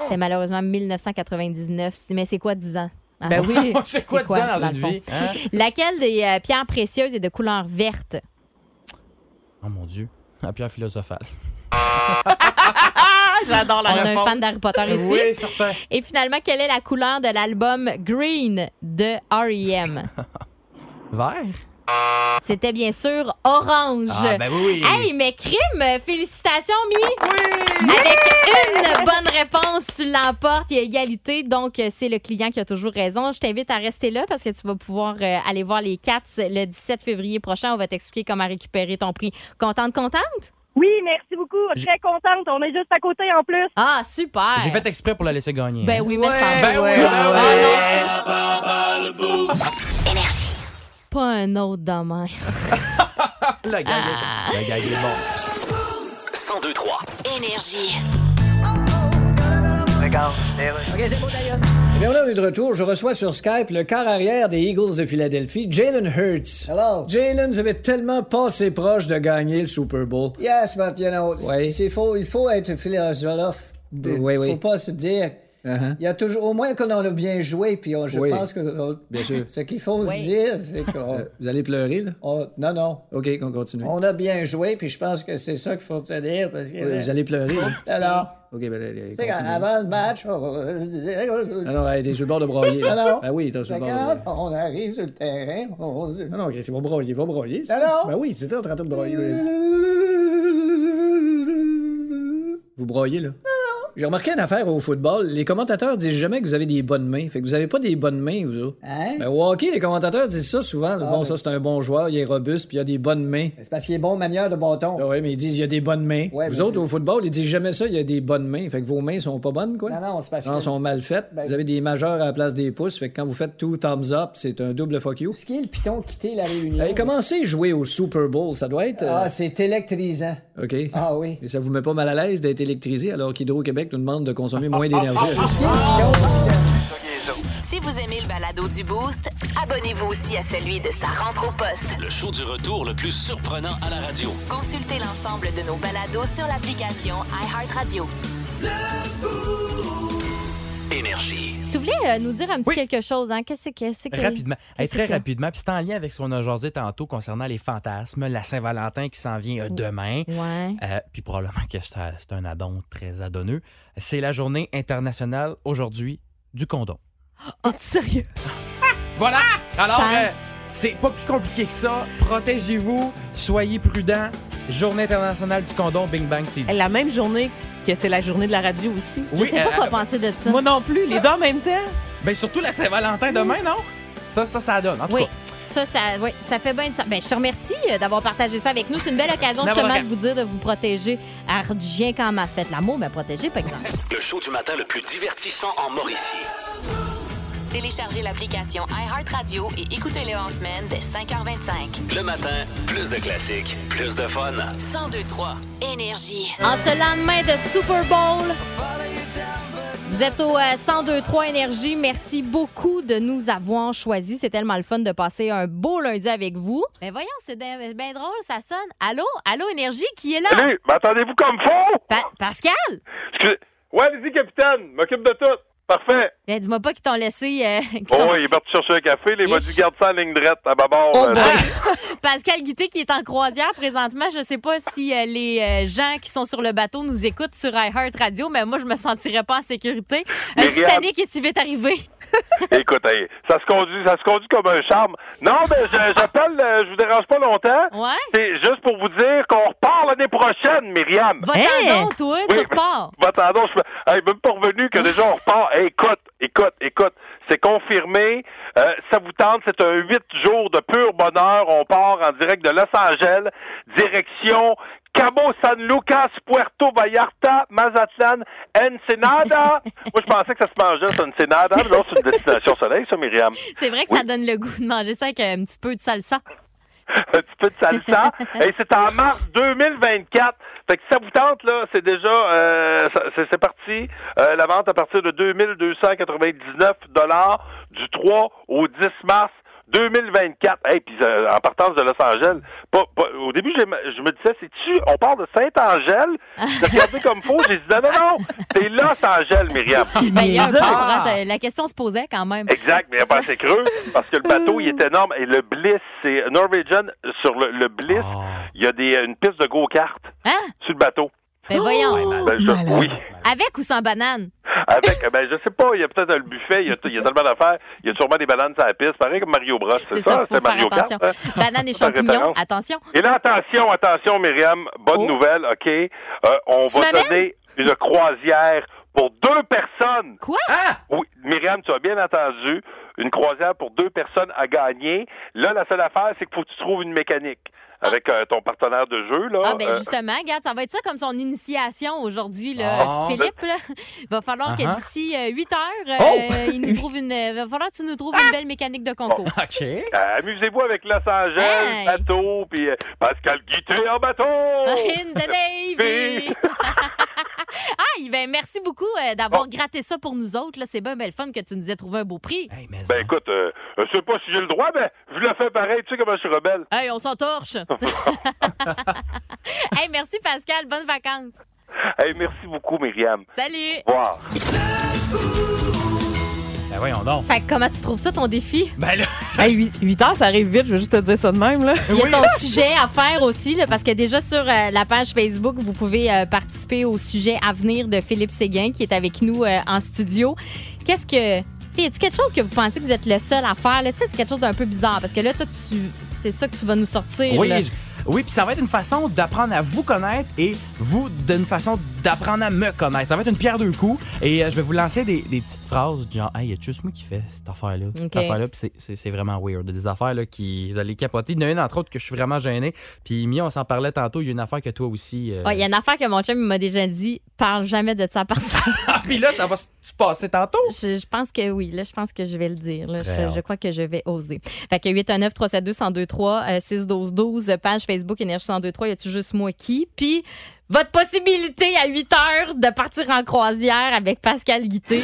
Speaker 2: C'était malheureusement 1999, C'est- mais c'est quoi 10 ans? Hein?
Speaker 7: Ben oui.
Speaker 4: C'est quoi,
Speaker 2: C'est quoi,
Speaker 4: 10 ans dans,
Speaker 2: dans le
Speaker 4: une
Speaker 2: fond?
Speaker 4: vie? Ah. hein?
Speaker 2: Laquelle des euh, pierres précieuses est de couleur verte?
Speaker 4: Oh mon Dieu. La pierre philosophale.
Speaker 7: Ah, j'adore la
Speaker 2: On a un
Speaker 7: réponse.
Speaker 2: fan d'Harry Potter ici.
Speaker 4: Oui, certain.
Speaker 2: Et finalement, quelle est la couleur de l'album Green de E R.E.M.?
Speaker 4: Vert?
Speaker 2: C'était bien sûr orange.
Speaker 4: Ah, ben oui, Ah oui.
Speaker 2: Hey, mais crime! Félicitations, Mi! Avec une bonne réponse, tu l'emportes. Il y a égalité, donc euh, c'est le client qui a toujours raison. Je t'invite à rester là parce que tu vas pouvoir euh, aller voir les Cats le 17 février prochain. On va t'expliquer comment récupérer ton prix. Contente, contente?
Speaker 9: Oui, merci beaucoup.
Speaker 4: J'ai-
Speaker 9: Très contente. On est juste à côté en plus.
Speaker 2: Ah, super!
Speaker 4: J'ai fait exprès pour la laisser gagner.
Speaker 2: Ben oui, mais je pense
Speaker 4: Ben oui, ben oui. Ah,
Speaker 2: pas un autre Ah. demain.
Speaker 4: Le gag est- le gag est bon.
Speaker 1: 1023
Speaker 3: Énergie.
Speaker 6: OK, c'est bon,
Speaker 5: Et
Speaker 6: d'ailleurs.
Speaker 5: Eh bien voilà, on est de retour. Je reçois sur Skype le quart arrière des Eagles de Philadelphie, Jalen Hurts.
Speaker 6: Hello.
Speaker 5: Jalen, vous avez tellement passé proche de gagner le Super Bowl.
Speaker 6: Yes, but you know, c'est-
Speaker 5: Oui.
Speaker 6: c'est faux. Il faut être philosophe. Il
Speaker 5: Euh, Oui,
Speaker 6: faut
Speaker 5: oui.
Speaker 6: pas se dire.
Speaker 5: Uh-huh.
Speaker 6: Il y a toujours, au moins qu'on en a bien joué, puis on- je
Speaker 5: Oui.
Speaker 6: pense que on-
Speaker 5: Bien sûr.
Speaker 6: ce qu'il faut se dire, c'est qu'on.
Speaker 5: Euh, vous allez pleurer, là?
Speaker 6: on- non, non.
Speaker 5: OK, on continue.
Speaker 6: On a bien joué, puis je pense que c'est ça qu'il faut te dire. Parce que, Oh,
Speaker 5: Oui, vous allez pleurer, là?
Speaker 6: Alors,
Speaker 5: OK, ben, allez,
Speaker 6: tu sais,
Speaker 5: continuez.
Speaker 6: avant le match, on-
Speaker 5: Alors, Ah t'es sur le bord de broyer. là.
Speaker 6: Alors?
Speaker 5: Ben oui, t'es sur le bord de broyer.
Speaker 6: Regarde, on arrive sur le terrain, on
Speaker 5: Non, non, Chris, il va broyer, il va broyer. c'est-
Speaker 6: Alors?
Speaker 5: Ben oui, c'était en train de broyer. là. Vous broyez, là? J'ai remarqué une affaire au football. Les commentateurs disent jamais que vous avez des bonnes mains. Fait que vous avez pas des bonnes mains, vous autres.
Speaker 6: Hein?
Speaker 5: Ben, au hockey, les commentateurs disent ça souvent. bon,
Speaker 6: mais-
Speaker 5: ça, c'est un bon joueur, il est robuste, puis il a des bonnes mains.
Speaker 6: Ben, C'est parce qu'il est bon manière de bâton.
Speaker 5: Ah ouais, mais ils disent il y a des bonnes mains.
Speaker 6: Ouais,
Speaker 5: vous
Speaker 6: mais-
Speaker 5: autres, au football, ils disent jamais ça, il y a des bonnes mains. Fait que vos mains sont pas bonnes, quoi.
Speaker 6: Non, non, c'est parce
Speaker 5: Non,
Speaker 6: que...
Speaker 5: sont mal faites.
Speaker 6: Ben-
Speaker 5: Vous avez des majeurs à la place des pouces. Fait que quand vous faites tout thumbs up, c'est un double fuck you.
Speaker 6: Ce qui est le piton quitter la réunion...
Speaker 5: Hey, commencez à jouer au Super Bowl, ça doit être. euh,
Speaker 6: Ah, c'est électrisant.
Speaker 5: OK.
Speaker 6: Ah oui.
Speaker 5: Et ça vous met pas mal à l'aise d'être électrisé alors qu'Hydro-Québec nous demande de consommer moins d'énergie. à juste-
Speaker 3: Si vous aimez le balado du Boost, abonnez-vous aussi à celui de sa rentre au poste.
Speaker 1: Le show du retour le plus surprenant à la radio.
Speaker 3: Consultez l'ensemble de nos balados sur l'application iHeartRadio.
Speaker 1: Énergie.
Speaker 2: Tu voulais euh, nous dire un petit
Speaker 4: Oui.
Speaker 2: quelque chose, hein? Qu'est-ce que c'est que.
Speaker 4: Rapidement. Hey,
Speaker 2: Qu'est-ce
Speaker 4: très
Speaker 2: que-
Speaker 4: rapidement. Puis c'est en lien avec ce qu'on a jasé tantôt concernant les fantasmes, la Saint-Valentin qui s'en vient euh, demain.
Speaker 2: Ouais.
Speaker 4: Euh, puis probablement que ça- c'est un addon très adonneux. C'est la journée internationale aujourd'hui du condom.
Speaker 7: Ah, tu sérieux?
Speaker 4: Voilà! Alors,
Speaker 2: Stan.
Speaker 4: euh, c'est pas plus compliqué que ça. Protégez-vous, soyez prudents. Journée internationale du condom, bing bang, c'est dit.
Speaker 7: La même journée que c'est la journée de la radio aussi.
Speaker 2: Je sais pas quoi penser de ça.
Speaker 7: Moi non plus, les deux en même temps.
Speaker 4: Ben surtout la Saint-Valentin demain, non? Ça, ça, ça donne. En tout
Speaker 2: Oui.
Speaker 4: cas,
Speaker 2: Ça, ça, oui, ça fait bien de ça. Ben, je te remercie euh, d'avoir partagé ça avec nous. C'est une belle occasion
Speaker 4: D'avoir
Speaker 2: justement de
Speaker 4: regardé.
Speaker 2: vous dire de vous protéger. Argien quand masse. Faites l'amour, mais protégez, par exemple.
Speaker 1: Le show du matin le plus divertissant en Mauricie.
Speaker 3: Téléchargez l'application iHeartRadio et écoutez-le en semaine dès 5h25.
Speaker 1: Le matin, plus de classiques, plus de fun.
Speaker 3: 1023 Énergie.
Speaker 2: En ce lendemain de Super Bowl, vous êtes au euh, 1023 Énergie. Merci beaucoup de nous avoir choisis. C'est tellement le fun de passer un beau lundi avec vous. Mais Ben voyons, c'est bien drôle, ça sonne. Allô? Allô, Énergie, qui est là?
Speaker 8: Salut, m'entendez-vous comme faux?
Speaker 2: Pa- Pascal?
Speaker 8: Excusez. Ouais, allez-y, capitaine, m'occupe de tout. Parfait.
Speaker 2: Ben, dis-moi pas qu'ils t'ont laissé. euh, qu'ils sont-
Speaker 8: Oh, il est parti chercher un café, il m'a
Speaker 2: Yes.
Speaker 8: dit garde ça en ligne droite à bâbord.
Speaker 7: Oh,
Speaker 8: euh,
Speaker 7: boy.
Speaker 2: Pascal Guité qui est en croisière présentement. Je sais pas si euh, les euh, gens qui sont sur le bateau nous écoutent sur iHeart Radio, mais moi, je me sentirais pas en sécurité. Un
Speaker 8: Myriam.
Speaker 2: Titanic est si vite arrivé.
Speaker 8: Écoute, hey, ça se conduit, ça se conduit comme un charme. Non, mais je- j'appelle, euh, je vous dérange pas longtemps.
Speaker 2: Ouais?
Speaker 8: C'est juste pour vous dire qu'on repart l'année prochaine, Myriam.
Speaker 2: Va-t'en
Speaker 7: Hey!
Speaker 2: donc, toi, tu
Speaker 8: Oui.
Speaker 2: repars.
Speaker 8: Va-t'en donc, je suis hey, même pas revenu que déjà on repart. Hey, écoute, écoute, écoute, c'est confirmé. Euh, ça vous tente, c'est un huit jours de pur bonheur. On part en direct de Los Angeles, direction Cabo San Lucas, Puerto Vallarta, Mazatlan, Ensenada. Moi, je pensais que ça se mangeait, c'est Ensenada, mais non, c'est une destination soleil, ça, Myriam.
Speaker 2: C'est vrai que ça donne le goût de manger ça avec euh, un petit peu de salsa.
Speaker 8: un petit peu de salsa. Et c'est en mars 2024. Fait que si ça vous tente, là, c'est déjà, euh, ça- c'est c'est parti. Euh, la vente à partir de 2299 du 3 au 10 mars 2024. Et puis euh, en partance de Los Angeles. Pas- pas- au début, j'ai- je me disais, c'est-tu, on part de Saint-Angèle? J'ai regardé comme faux. J'ai dit, non, non, non, c'est Los Angeles, Myriam.
Speaker 2: Ben, il y a un
Speaker 7: Misère.
Speaker 2: port, hein, t'as- La question se posait quand même.
Speaker 8: Exact, mais ben, c'est creux parce que le bateau il
Speaker 2: Euh.
Speaker 8: est énorme et le Bliss, c'est Norwegian sur le, le Bliss, il y a des, une piste de go-kart
Speaker 2: Hein?
Speaker 8: sur le bateau.
Speaker 2: Ben voyons.
Speaker 8: Ben, je- oui,
Speaker 2: Avec ou sans banane?
Speaker 8: avec ben je sais pas, il y a peut-être un buffet, il y a, t- il y a tellement d'affaires, il y a sûrement des bananes sur la piste, pareil comme Mario Bros, c'est ça,
Speaker 2: faut
Speaker 8: c'est
Speaker 2: faire
Speaker 8: Mario Kart.
Speaker 2: attention.
Speaker 8: hein?
Speaker 2: Banane et
Speaker 8: Faut faire
Speaker 2: champignons,
Speaker 8: référence.
Speaker 2: attention.
Speaker 8: Et là attention, attention Myriam, bonne
Speaker 2: Oh.
Speaker 8: nouvelle, OK, Euh, on
Speaker 2: Tu
Speaker 8: va
Speaker 2: m'amènes?
Speaker 8: donner une croisière pour deux personnes.
Speaker 2: Quoi?
Speaker 4: Ah!
Speaker 8: Oui, Myriam, tu as bien entendu. Une croisière pour deux personnes à gagner. Là, la seule affaire, c'est qu'il faut que tu trouves une mécanique avec euh, ton partenaire de jeu. Là.
Speaker 2: Ah ben
Speaker 8: Euh,
Speaker 2: justement, regarde, ça va être ça comme son initiation aujourd'hui, là.
Speaker 4: Ah.
Speaker 8: ben.
Speaker 2: Philippe, là, il va falloir
Speaker 4: Uh-huh.
Speaker 2: que d'ici euh, 8 heures, euh,
Speaker 4: Oh!
Speaker 2: il nous trouve une. il va falloir que tu nous trouves
Speaker 8: Ah!
Speaker 2: une belle mécanique de concours.
Speaker 4: OK.
Speaker 8: euh, Amusez-vous avec Los Angeles,
Speaker 2: Hey!
Speaker 8: Oh! bateau, puis euh, Pascal Guité en bateau.
Speaker 2: In the Navy! Aïe, ben merci beaucoup euh, d'avoir gratté ça pour nous autres. là. C'est bien belle fun que tu nous aies trouvé un beau prix.
Speaker 4: Hey, mais
Speaker 8: Ben écoute, euh, euh, je sais pas si j'ai le droit, mais je le fais pareil. Tu sais comment je suis rebelle.
Speaker 2: Hey, on s'entorche. hey, merci Pascal. Bonnes vacances.
Speaker 8: Hey, merci beaucoup, Myriam.
Speaker 2: Salut.
Speaker 8: Au revoir.
Speaker 4: ben voyons donc.
Speaker 2: Fait que comment tu trouves ça ton défi?
Speaker 4: Ben là,
Speaker 7: Hey, 8, heures, ça arrive vite, je veux juste te dire ça de même. Là.
Speaker 2: Il y a ton sujet à faire aussi, là, parce que déjà sur euh, la page Facebook, vous pouvez euh, participer au sujet à venir de Philippe Séguin, qui est avec nous euh, en studio. Qu'est-ce que. tu sais, Y a-tu quelque chose que vous pensez que vous êtes le seul à faire? là? Tu sais, quelque chose d'un peu bizarre, parce que là, toi, tu... c'est ça que tu vas nous sortir.
Speaker 4: oui,
Speaker 2: là.
Speaker 4: je- oui, puis ça va être une façon d'apprendre à vous connaître et vous d'une façon d'apprendre à me connaître. Ça va être une pierre deux coups et euh, je vais vous lancer des, des petites phrases du genre Hey, y a juste moi qui fais cette affaire-là. Cette
Speaker 2: Ok.
Speaker 4: affaire-là, puis c'est- c'est c'est vraiment weird. Des affaires là, qui. Vous allez capoter. Il y en a une, entre autres, que je suis vraiment gêné. Puis, Mia, on s'en parlait tantôt. Il y a une affaire que toi aussi. euh,
Speaker 2: Ouais, Il y a une affaire que mon chum il m'a déjà dit parle jamais de ça à personne.
Speaker 4: Ah, puis là, ça va se passer tantôt.
Speaker 2: je, je pense que oui, là, je pense que je vais le dire. là.
Speaker 4: Très
Speaker 2: Je, je
Speaker 4: hâte.
Speaker 2: crois que je vais oser. Fait que 819 372 1023 6 12 12 page Facebook Énergie 1023, y a-tu juste moi qui? Puis votre possibilité à 8 heures de partir en croisière avec Pascal Guité.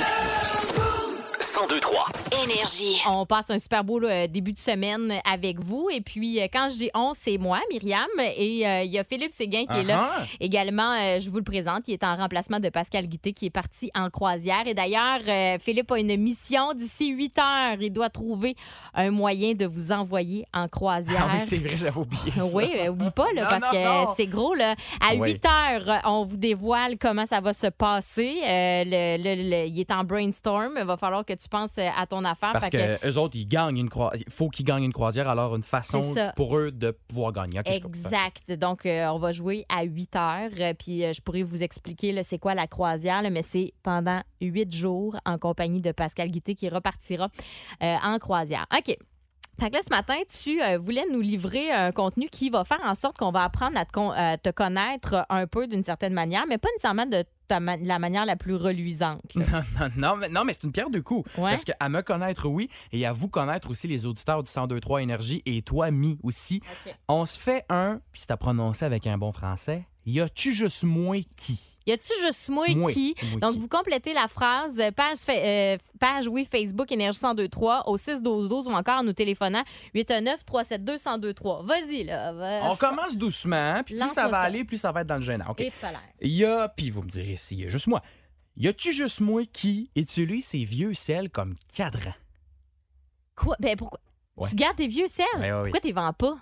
Speaker 1: 1023.
Speaker 3: Énergie.
Speaker 2: On passe un super beau là, euh, début de semaine avec vous. Et puis, euh, quand je dis on, c'est moi, Myriam. Et euh, il y a Philippe Séguin qui est là
Speaker 4: Ah, ah.
Speaker 2: Également, euh, je vous le présente, il est en remplacement de Pascal Guité qui est parti en croisière. Et d'ailleurs, euh, Philippe a une mission d'ici 8 heures. Il doit trouver un moyen de vous envoyer en croisière.
Speaker 4: Ah oui, c'est vrai, j'avais oublié. ça.
Speaker 2: Oui, euh, oublie pas, là,
Speaker 4: Non,
Speaker 2: parce
Speaker 4: non,
Speaker 2: que
Speaker 4: non. Ah
Speaker 2: c'est gros. Là. À
Speaker 4: Oui.
Speaker 2: 8 heures, euh, on vous dévoile comment ça va se passer. Euh, le, le- le- il est en brainstorm. Il va falloir que tu penses euh, à ton affaire.
Speaker 4: Parce
Speaker 2: Fait que-
Speaker 4: que eux autres, ils gagnent une croisière. Il faut qu'ils gagnent une croisière, alors une façon
Speaker 2: C'est ça.
Speaker 4: pour eux de pouvoir gagner. Ok, je comprends.
Speaker 2: Exact. Donc, euh, on va jouer à 8 heures. euh, puis, euh, je pourrais vous expliquer là, c'est quoi la croisière, là, mais c'est pendant 8 jours en compagnie de Pascal Guité qui repartira euh, en croisière. OK. Fait que là, ce matin, tu euh, voulais nous livrer un contenu qui va faire en sorte qu'on va apprendre à te, con- euh, te connaître un peu d'une certaine manière, mais pas nécessairement de ta ma- la manière la plus reluisante. là.
Speaker 4: non, mais, non, mais c'est une pierre deux coups.
Speaker 2: Ouais.
Speaker 4: Parce qu'à me connaître, oui, et à vous connaître aussi, les auditeurs du 1023 Énergie et toi, Mi aussi,
Speaker 2: Ok.
Speaker 4: on se fait un, puis c'est à prononcer avec un bon français, y a-tu juste moins qui?
Speaker 2: Y a-tu juste moi
Speaker 4: Moi,
Speaker 2: qui?
Speaker 4: moi
Speaker 2: Donc,
Speaker 4: qui.
Speaker 2: vous complétez la phrase euh, page, fa- euh, page oui, Facebook Énergie 1023 au 61212 ou encore en nous téléphonant 819-372-1023. Vas-y, là. va-
Speaker 4: On commence doucement, hein, puis plus ça
Speaker 2: Euh, Lance-moi
Speaker 4: va
Speaker 2: ça.
Speaker 4: aller, plus ça va être dans le gênant. OK.
Speaker 2: Et pas l'air.
Speaker 4: Il y a, puis vous me direz s'il y a juste moi, y a-tu juste moi qui utilise ces vieux sels comme cadran?
Speaker 2: Quoi? Ben, pourquoi?
Speaker 4: Ouais.
Speaker 2: Tu gardes tes vieux sels?
Speaker 4: Ben, ouais, ouais.
Speaker 2: Pourquoi t'es vends pas?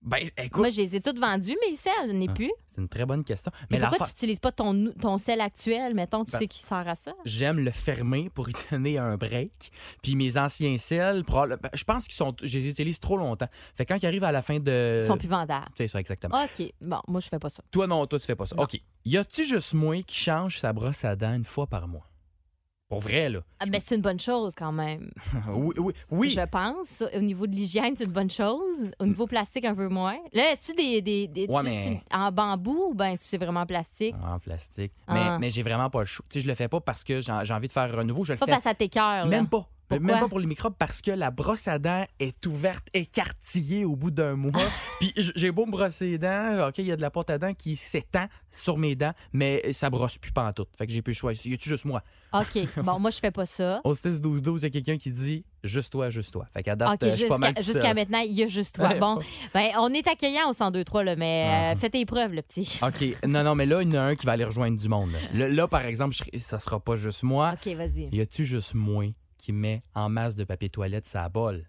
Speaker 4: Ben, écoute,
Speaker 2: Moi, je les ai tous vendus, mes sels, je n'ai
Speaker 4: Ah.
Speaker 2: plus.
Speaker 4: c'est une très bonne question.
Speaker 2: Mais,
Speaker 4: l'affaire-
Speaker 2: pourquoi tu n'utilises pas ton, ton sel actuel? Mettons, tu
Speaker 4: Ben-
Speaker 2: sais qui sert à ça?
Speaker 4: J'aime le fermer pour y donner un break. Puis mes anciens sels, probable- ben, je pense qu'ils sont, je les utilise trop longtemps. Fait que quand ils arrivent à la fin de,
Speaker 2: Ils sont plus vendables.
Speaker 4: c'est ça exactement.
Speaker 2: OK. Bon, moi, je fais pas ça.
Speaker 4: Toi non, toi tu fais pas ça.
Speaker 2: Non.
Speaker 4: Ok. Y a-tu juste moi qui change sa brosse à dents une fois par mois Pour vrai là.
Speaker 2: Ah, ben, c'est une bonne chose quand même.
Speaker 4: Ah oui, oui, oui. Mm.
Speaker 2: Je pense. Au niveau de l'hygiène, c'est une bonne chose. Au niveau plastique, un peu moins. Là, as-tu des. des, des-
Speaker 4: Ouais,
Speaker 2: tu-
Speaker 4: mais-
Speaker 2: tu- en bambou ou bien tu sais vraiment en plastique?
Speaker 4: En plastique.
Speaker 2: Ah.
Speaker 4: Mais, mais j'ai vraiment pas le choix. Tu sais, je le fais pas parce que j'ai j'ai envie de faire un nouveau. Je le
Speaker 2: Pas
Speaker 4: fais
Speaker 2: parce à tes cœurs.
Speaker 4: Même pas.
Speaker 2: Pourquoi?
Speaker 4: Même pas pour les microbes parce que la brosse à dents est ouverte, écartillée au bout d'un mois.
Speaker 2: Ah.
Speaker 4: Puis j- j'ai beau me brosser les dents, OK, il y a de la porte à dents qui s'étend sur mes dents, mais ça brosse plus pantoute. Fait que j'ai plus le choix. Y a-tu juste moi?
Speaker 2: OK. Bon, moi, je fais pas ça.
Speaker 4: Au 6 12 12 il y a quelqu'un qui dit juste toi, juste toi. Fait qu'à date,
Speaker 2: OK,
Speaker 4: euh, je suis pas
Speaker 2: jusqu'à
Speaker 4: mal tout
Speaker 2: jusqu'à
Speaker 4: seul.
Speaker 2: maintenant, il y a juste toi.
Speaker 4: Ouais, Mm-hmm.
Speaker 2: Bon,
Speaker 4: pas-
Speaker 2: ben, on est accueillant au 102-3, là, mais euh, fais tes preuves, le petit.
Speaker 4: OK, non non, mais là il y en a un qui va aller rejoindre du monde. Là, Là- là, par exemple, je serais- ça sera pas juste moi.
Speaker 2: OK, vas-y.
Speaker 4: Y a-tu juste moi qui met en masse de papier toilette sa bol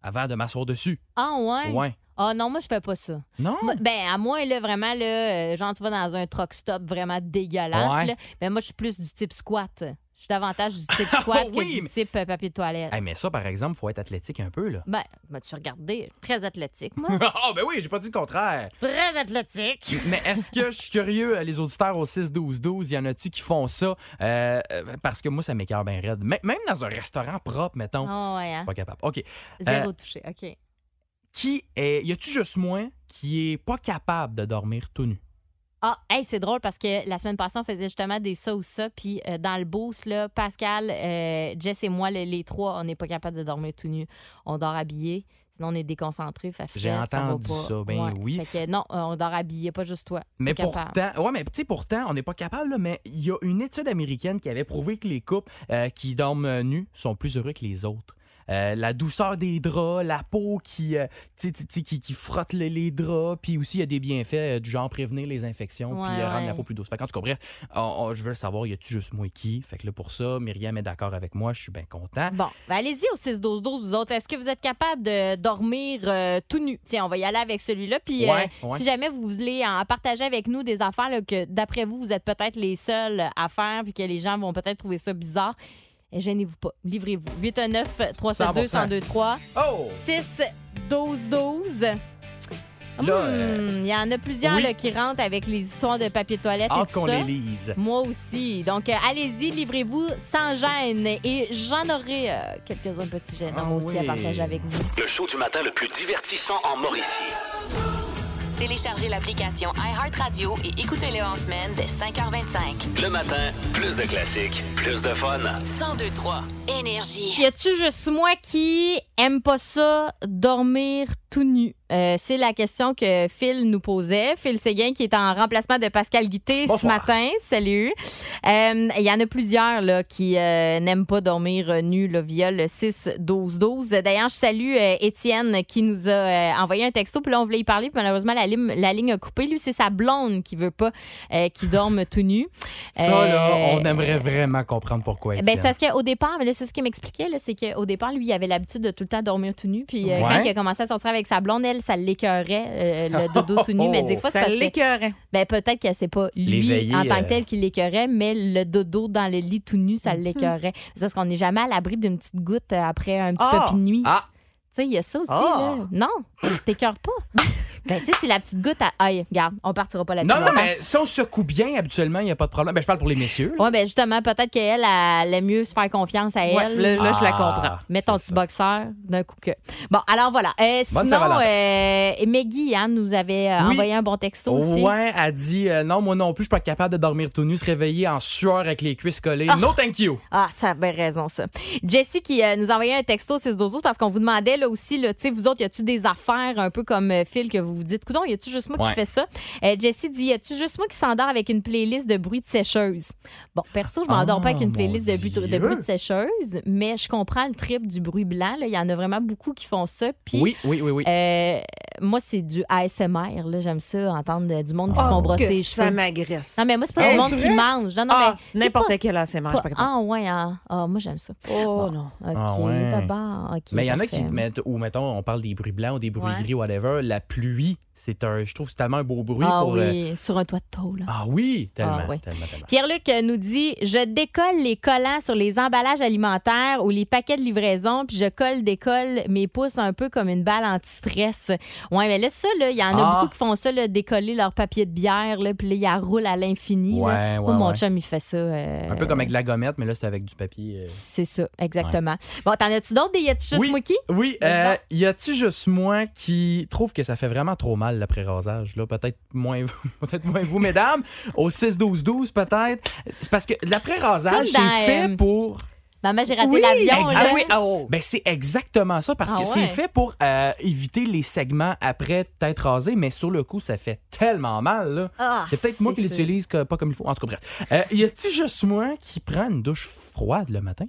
Speaker 4: avant de m'asseoir dessus
Speaker 2: Ah, ouais?
Speaker 4: Ouais.
Speaker 2: Ah, non, moi, je fais pas ça.
Speaker 4: Non.
Speaker 2: Moi, Ben, à moins, là, vraiment, là, euh, genre, tu vas dans un truck stop vraiment dégueulasse,
Speaker 4: Ouais.
Speaker 2: là. Ben, moi, je suis plus du type squat. Je suis davantage du type squat que
Speaker 4: Ah Oui,
Speaker 2: du
Speaker 4: mais-
Speaker 2: type euh, papier de toilette.
Speaker 4: Hey, mais ça, par exemple, faut être athlétique un peu, là.
Speaker 2: Ben, m'as-tu regardé? Très athlétique, moi.
Speaker 4: Ah, ben oui, j'ai pas dit le contraire.
Speaker 2: Très athlétique.
Speaker 4: Mais est-ce que je suis curieux, euh, les auditeurs au 6-12-12, y en a-tu qui font ça? Euh, euh, parce que moi, ça m'écœure bien raide. M- même dans un restaurant propre, mettons.
Speaker 2: Ah ouais, hein?
Speaker 4: Pas capable. OK. Euh,
Speaker 2: Zéro touché, OK.
Speaker 4: Qui est. Y a-tu juste moi qui est pas capable de dormir tout nu?
Speaker 2: Ah, hey, c'est drôle parce que la semaine passée, on faisait justement des ça ou ça. Puis euh, dans le boost, là, Pascal, euh, Jess et moi, le- les trois, on n'est pas capable de dormir tout nu. On dort habillé. Sinon, on est déconcentré. Fait
Speaker 4: J'ai
Speaker 2: frette, va
Speaker 4: entendu
Speaker 2: pas.
Speaker 4: ça, ben
Speaker 2: Ouais.
Speaker 4: oui.
Speaker 2: Fait que non, euh, on dort habillé, pas juste toi.
Speaker 4: Mais
Speaker 2: Pas capable.
Speaker 4: pourtant, ouais, mais tu sais, pourtant, on n'est pas capable, là, mais il y a une étude américaine qui avait prouvé que les couples euh, qui dorment euh, nus sont plus heureux que les autres. Euh, la douceur des draps, la peau qui, euh, tu sais, tu sais, qui, qui frotte les, les draps, puis aussi il y a des bienfaits euh, du genre prévenir les infections, puis
Speaker 2: Ouais,
Speaker 4: euh, rendre la
Speaker 2: ouais.
Speaker 4: peau plus douce. Fait que, en tout cas, bref, on- on- je veux savoir, y a-tu juste moi qui? Fait que là, pour ça, Myriam est d'accord avec moi, je suis bien content.
Speaker 2: Bon, ben, allez-y au 6-12-12, vous autres. Est-ce que vous êtes capable de dormir euh, tout nu? Tiens, on va y aller avec celui-là. Puis
Speaker 4: Ouais,
Speaker 2: euh,
Speaker 4: ouais.
Speaker 2: si jamais vous voulez en partager avec nous des affaires là, que, d'après vous, vous êtes peut-être les seuls à faire puis que les gens vont peut-être trouver ça bizarre, eh, gênez-vous pas. Livrez-vous. 819 372 1023
Speaker 4: Oh!
Speaker 2: 6 12 12 Hmm, Il
Speaker 4: Là, euh,
Speaker 2: y en a plusieurs
Speaker 4: oui.
Speaker 2: là, qui rentrent avec les histoires de papier de toilette et
Speaker 4: Hâte
Speaker 2: tout
Speaker 4: qu'on
Speaker 2: ça.
Speaker 4: les lise.
Speaker 2: Moi aussi. Donc, euh, allez-y, livrez-vous sans gêne. Et j'en aurai euh, quelques-uns petits gênants
Speaker 4: Ah
Speaker 2: aussi à
Speaker 4: oui.
Speaker 2: partager avec vous.
Speaker 1: Le show du matin le plus divertissant en Mauricie.
Speaker 3: Téléchargez l'application iHeartRadio et écoutez-le en semaine dès 5h25.
Speaker 1: Le matin, plus de classiques, plus de fun.
Speaker 3: 1023 Énergie.
Speaker 2: Y a-tu juste moi qui aime pas ça, dormir tout nu? Euh, c'est la question que Phil nous posait. Phil Séguin qui est en remplacement de Pascal Guitté ce
Speaker 4: Bonsoir.
Speaker 2: matin. Salut. Euh, Il y en a plusieurs là, qui euh, n'aiment pas dormir euh, nu là, via le 6-12-12. D'ailleurs, je salue euh, Étienne qui nous a euh, envoyé un texto. Puis là, on voulait y parler. Puis malheureusement, la, lime- la ligne a coupé. Lui, c'est sa blonde qui veut pas euh, qu'il dorme tout nu.
Speaker 4: Ça, là,
Speaker 2: Euh,
Speaker 4: on aimerait vraiment comprendre pourquoi.
Speaker 2: ben,
Speaker 4: Étienne.
Speaker 2: c'est parce qu'au départ, mais là, c'est ce qu'il m'expliquait, là, c'est qu'au départ, lui, il avait l'habitude de tout le temps dormir tout nu. Puis euh,
Speaker 4: Ouais.
Speaker 2: quand il a commencé à sortir avec sa blonde, elle, ça l'écœurait, euh, le dodo tout nu. Mais des fois, c'est
Speaker 7: Ça
Speaker 2: parce que
Speaker 7: l'écœurait.
Speaker 2: ben, peut-être que c'est pas lui
Speaker 4: L'éveiller,
Speaker 2: en tant que
Speaker 4: euh,
Speaker 2: tel qui l'écœurait, mais le dodo dans le lit tout nu,
Speaker 7: Mhm.
Speaker 2: ça l'écœurait. C'est parce qu'on n'est jamais à l'abri d'une petite goutte euh, après un petit
Speaker 7: Ah!
Speaker 2: peu de nuit.
Speaker 4: Ah!
Speaker 2: Tu sais, il y a ça aussi,
Speaker 7: Ah!
Speaker 2: là. Non, t'écœures pas. ben, tu sais, c'est la petite goutte à. Aïe, regarde, on partira pas là-dessus.
Speaker 4: Non, non, mais si on se secoue bien, habituellement, il n'y a pas de problème. Ben, je parle pour les messieurs. là.
Speaker 2: Ouais, ben justement, peut-être qu'elle, elle aime mieux se faire confiance à elle.
Speaker 7: Ouais, là, là, je la comprends.
Speaker 4: Ah,
Speaker 2: Mets ton
Speaker 4: c'est
Speaker 2: petit
Speaker 4: ça.
Speaker 2: boxeur d'un coup que. Bon, alors voilà. Euh, sinon,
Speaker 4: Bonne Saint-Valentin.
Speaker 2: euh, Maggie hein, nous avait euh,
Speaker 4: Oui.
Speaker 2: envoyé un bon texto aussi.
Speaker 4: Ouais, a dit euh, non, moi non plus, je suis pas capable de dormir tout nu, se réveiller en sueur avec les cuisses collées. No thank you.
Speaker 2: Ah, ça avait raison, ça. Jessie qui euh, nous a envoyé un texto 6 12 parce qu'on vous demandait là aussi, là, tu sais, vous autres, y a-tu des affaires un peu comme euh, Phil que vous vous dites, coudon, y a-tu juste moi
Speaker 4: Ouais.
Speaker 2: qui fais ça? Euh, Jessie dit, y a-tu juste moi qui s'endort avec une playlist de bruit de sécheuse? Bon, perso, je m'endors
Speaker 4: Ah,
Speaker 2: pas avec une playlist de,
Speaker 4: mon
Speaker 2: but- de
Speaker 4: Dieu.
Speaker 2: bruit de sécheuse, mais je comprends le trip du bruit blanc. Il y en a vraiment beaucoup qui font ça. Puis,
Speaker 4: Oui, oui, oui, oui.
Speaker 2: Euh, moi, c'est du ASMR. là. J'aime ça, entendre de- du monde qui se font
Speaker 7: Oh,
Speaker 2: brosser
Speaker 7: que
Speaker 2: les
Speaker 7: ça
Speaker 2: cheveux.
Speaker 7: m'agresse.
Speaker 2: Non, Ah, mais moi, c'est pas
Speaker 7: Hey,
Speaker 2: du monde
Speaker 7: Ah, vrai?
Speaker 2: qui mange. Non, non,
Speaker 7: Ah,
Speaker 2: mais
Speaker 7: n'importe
Speaker 2: pas-
Speaker 7: quel ASMR, je suis
Speaker 2: pas-
Speaker 7: pas capable.
Speaker 2: ah, ouais, ah, ah, moi, j'aime ça.
Speaker 7: Oh non.
Speaker 2: OK,
Speaker 4: Ah, ouais.
Speaker 2: d'abord. OK,
Speaker 4: mais il y en a
Speaker 2: parfait.
Speaker 4: qui mettent, ou mettons, on parle des bruits blancs ou des bruits
Speaker 2: Ouais.
Speaker 4: gris, whatever. La pluie, c'est un, je trouve, que c'est tellement un beau bruit
Speaker 2: ah
Speaker 4: pour. euh,
Speaker 2: oui, sur un toit de tôle.
Speaker 4: Ah oui, tellement,
Speaker 2: Ah oui.
Speaker 4: tellement, tellement.
Speaker 2: Pierre-Luc euh, nous dit Je décolle les collants sur les emballages alimentaires ou les paquets de livraison, puis je colle, décolle mes pouces un peu comme une balle anti-stress. Ouais, mais là, ça, là, il y en a
Speaker 4: Ah.
Speaker 2: beaucoup qui font ça, là, décoller leur papier de bière, là, puis là, ils la roulent à l'infini. là.
Speaker 4: Ouais,
Speaker 2: Moi,
Speaker 4: ouais,
Speaker 2: mon
Speaker 4: ouais.
Speaker 2: chum, il fait ça. euh,
Speaker 4: Un peu comme avec de la gommette, mais là, c'est avec du papier. euh.
Speaker 2: C'est ça, exactement. Bon, t'en as-tu d'autres des Y'a-tu juste
Speaker 4: Oui.
Speaker 2: moi qui? Ben,
Speaker 4: Oui,
Speaker 2: Maintenant.
Speaker 4: euh, y a-tu juste moi qui trouve que ça fait vraiment trop mal l'après-rasage là, peut-être moins peut-être moins vous mesdames, au 6 12 12 peut-être. C'est parce que l'après-rasage
Speaker 2: Comme dans,
Speaker 4: c'est fait
Speaker 2: euh,
Speaker 4: pour
Speaker 2: Maman, j'ai raté l'avion.
Speaker 4: exact.
Speaker 2: là.
Speaker 7: Ah oui, ah, oh.
Speaker 4: ben c'est exactement ça parce
Speaker 2: Ah
Speaker 4: que
Speaker 2: ouais.
Speaker 4: c'est fait pour euh, éviter les segments après tête rasée mais sur le coup ça fait tellement mal là.
Speaker 2: Ah,
Speaker 4: C'est peut-être moi qui
Speaker 2: ça.
Speaker 4: l'utilise que- pas comme il faut. En tout cas, bref. Euh, y a-tu juste moi qui prend une douche froide le matin?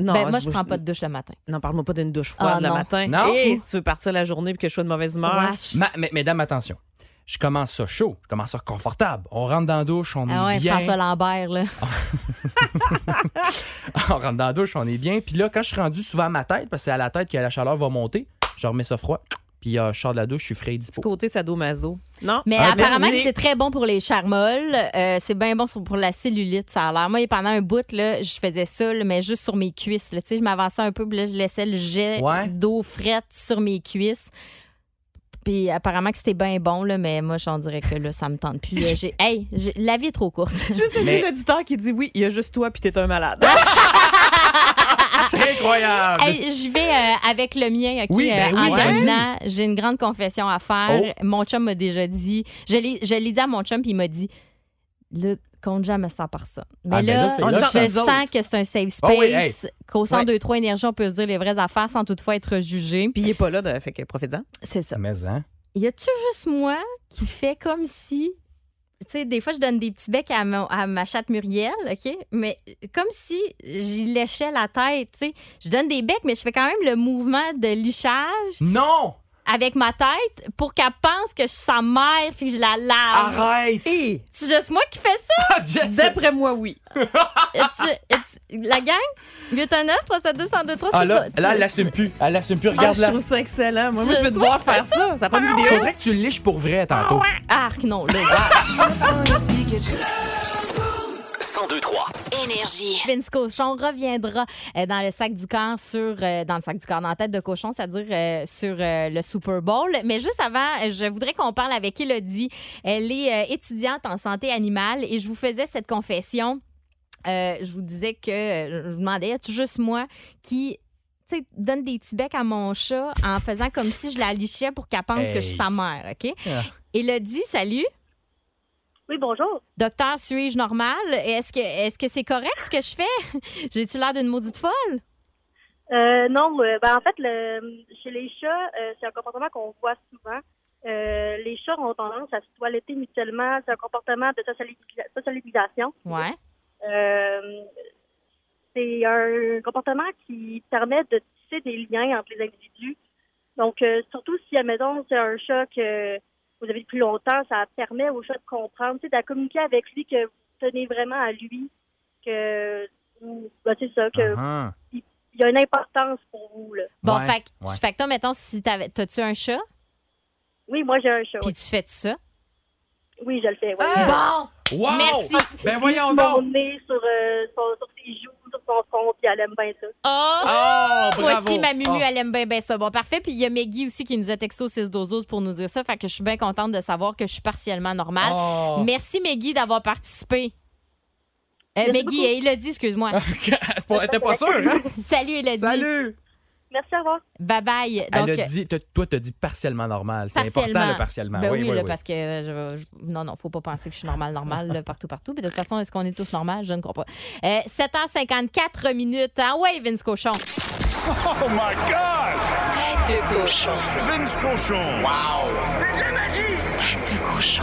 Speaker 7: Non,
Speaker 2: Ben, moi, je prends pas de douche le matin.
Speaker 7: Non, parle-moi pas d'une douche froide
Speaker 2: Ah,
Speaker 7: le
Speaker 2: non.
Speaker 7: matin.
Speaker 4: Non.
Speaker 7: Hey, si tu veux partir la journée et que je sois de mauvaise humeur.
Speaker 2: Wesh.
Speaker 4: Ma- mais- mesdames, attention. Je commence ça chaud, je commence ça confortable. On rentre dans la douche, on
Speaker 2: Ah
Speaker 4: est
Speaker 2: ouais,
Speaker 4: bien.
Speaker 2: François Lambert, là.
Speaker 7: Ah,
Speaker 4: on rentre dans la douche, on est bien. Puis là, quand je suis rendu souvent à ma tête, parce que c'est à la tête que la chaleur va monter, je remets ça froid. Puis euh, je sors de la douche, je suis frais et
Speaker 7: Petit
Speaker 4: dispo.
Speaker 7: côté sadomaso. Non?
Speaker 2: Mais
Speaker 4: Ah,
Speaker 2: apparemment,
Speaker 7: merci.
Speaker 2: que c'est très bon pour les charmolles. Euh, c'est bien bon sur- pour la cellulite, ça a l'air. Moi, pendant un bout, là, je faisais ça, là, mais juste sur mes cuisses. là. Tu sais, je m'avançais un peu, puis là, je laissais le jet
Speaker 4: Ouais.
Speaker 2: d'eau frette sur mes cuisses. Puis apparemment que c'était bien bon, là, mais moi, j'en dirais que là, ça me tente plus. Là, j'ai- hey, j'ai- la vie est trop courte.
Speaker 7: Juste
Speaker 4: Mais-
Speaker 7: l'auditeur qui dit oui, il y a juste toi puis t'es un malade.
Speaker 4: C'est incroyable!
Speaker 2: Hey, je vais euh, avec le mien, OK?
Speaker 4: Oui, ben
Speaker 2: euh, en
Speaker 4: oui, vas-y. Oh.
Speaker 2: terminant, j'ai une grande confession à faire. Mon chum m'a déjà dit, je l'ai je l'ai dit à mon chum, puis il m'a dit, là, compte jamais 100 personnes. Mais
Speaker 4: Ah, ben
Speaker 2: là,
Speaker 4: là, c'est là
Speaker 2: je
Speaker 4: que ça
Speaker 2: sens
Speaker 4: saute.
Speaker 2: que c'est un safe
Speaker 4: Ah
Speaker 2: space,
Speaker 4: oui, hey.
Speaker 2: qu'au 102.3 Énergie, on peut se dire les vraies affaires sans toutefois être jugé.
Speaker 7: Puis il est pas là, de- fait que profitez-en.
Speaker 2: C'est ça.
Speaker 4: Mais, hein?
Speaker 2: Y a-tu juste moi qui fait comme si. Tu sais, des fois, je donne des petits becs à, mon- à ma chatte Muriel, OK? Mais comme si j'y léchais la tête, tu sais. Je donne des becs, mais je fais quand même le mouvement de luchage
Speaker 4: Non!
Speaker 2: avec ma tête pour qu'elle pense que je suis sa mère puis que je la lave.
Speaker 4: Arrête!
Speaker 7: Et
Speaker 2: C'est juste moi qui fais ça?
Speaker 4: Ah, Jess, c'est-
Speaker 7: d'après moi, oui.
Speaker 2: Es-tu- es-tu- la gang? 819 372 1023
Speaker 4: Ah là, là, elle l'assume plus. Elle l'assume plus.
Speaker 7: Ah,
Speaker 4: Regarde
Speaker 7: je
Speaker 4: là.
Speaker 7: trouve ça excellent. Moi,
Speaker 2: Tu
Speaker 7: moi, je vais
Speaker 2: le
Speaker 7: devoir faire ça. Ça
Speaker 4: Ah,
Speaker 7: prend une vidéo.
Speaker 4: Faudrait que tu liches pour vrai
Speaker 2: Ah,
Speaker 4: tantôt.
Speaker 2: Arc, non, là.
Speaker 1: 1023.
Speaker 3: Énergie.
Speaker 2: Vince Cochon reviendra euh, dans le sac du camp sur euh, dans le sac du camp dans la tête de cochon, c'est-à-dire euh, sur euh, le Super Bowl. Mais juste avant, euh, je voudrais qu'on parle avec Elodie. Elle est euh, étudiante en santé animale et je vous faisais cette confession. Euh, je vous disais que euh, je vous demandais, tu juste moi qui tu sais, donne des petits becs à mon chat en faisant comme si je la lichais pour qu'elle pense que je suis sa
Speaker 4: Hey.
Speaker 2: mère, OK?
Speaker 4: Ah.
Speaker 2: Elodie, salut.
Speaker 9: Oui, bonjour.
Speaker 2: Docteur, suis-je normal? Est-ce que est-ce que c'est correct ce que je fais? J'ai-tu l'air d'une maudite folle?
Speaker 9: Euh, non, euh, ben, en fait, le, chez les chats, euh, c'est un comportement qu'on voit souvent. Euh, les chats ont tendance à se toiletter mutuellement. C'est un comportement de socialisa- socialisation.
Speaker 2: Ouais.
Speaker 9: Euh, c'est un comportement qui permet de tisser des liens entre les individus. Donc, euh, surtout si, à maison, c'est un chat que vous avez depuis longtemps, ça permet au chat de comprendre, tu sais, de communiquer avec lui, que vous tenez vraiment à lui, que vous- ben, c'est ça, que
Speaker 4: Ah,
Speaker 9: il y a une importance pour vous. Là.
Speaker 2: Bon,
Speaker 4: Ouais,
Speaker 2: fait, que-
Speaker 4: ouais.
Speaker 2: fait que toi, mettons, si t'avais- t'as-tu un chat,
Speaker 9: Oui, moi, j'ai un chat.
Speaker 2: puis tu fais de ça.
Speaker 9: Oui, je le fais. oui.
Speaker 2: Bon!
Speaker 4: ah. Wow!
Speaker 2: Merci.
Speaker 4: Ben voyons
Speaker 9: Mon
Speaker 4: donc!
Speaker 9: nez sur, euh, son- sur ses joues, sur son front, puis elle aime bien ça.
Speaker 2: Oh!
Speaker 4: Oh, bravo!
Speaker 2: Moi aussi, ma Mumu,
Speaker 4: Ah.
Speaker 2: elle aime bien, bien ça. Bon, parfait. Puis il y a Meggy aussi qui nous a texté au 6 12 pour nous dire ça. Fait que je suis bien contente de savoir que je suis partiellement normale.
Speaker 4: Oh.
Speaker 2: Merci, Meggy, d'avoir participé. Euh,
Speaker 9: Merci
Speaker 2: Meggy
Speaker 9: beaucoup.
Speaker 2: et Elodie, excuse-moi.
Speaker 4: C'est pas- T'es pas sûr, hein?
Speaker 2: Salut, Elodie.
Speaker 4: Salut!
Speaker 9: Merci, au revoir.
Speaker 2: Bye bye. Donc, euh,
Speaker 4: Elle a dit, t'as- toi, t'as dit partiellement normal. C'est important,
Speaker 2: Partiellement.
Speaker 4: le partiellement.
Speaker 2: Ben oui,
Speaker 4: oui, oui,
Speaker 2: là,
Speaker 4: oui.
Speaker 2: parce que euh, je- je- non, non, faut pas penser que je suis normale, normale, là, partout, partout. Puis de toute façon, est-ce qu'on est tous normales? Je ne crois pas. Euh, 7h54 minutes. Ah ouais, Vince Cochon.
Speaker 3: Tête de cochon.
Speaker 10: Vince Cochon. Wow! C'est de la magie!
Speaker 3: Tête de cochon.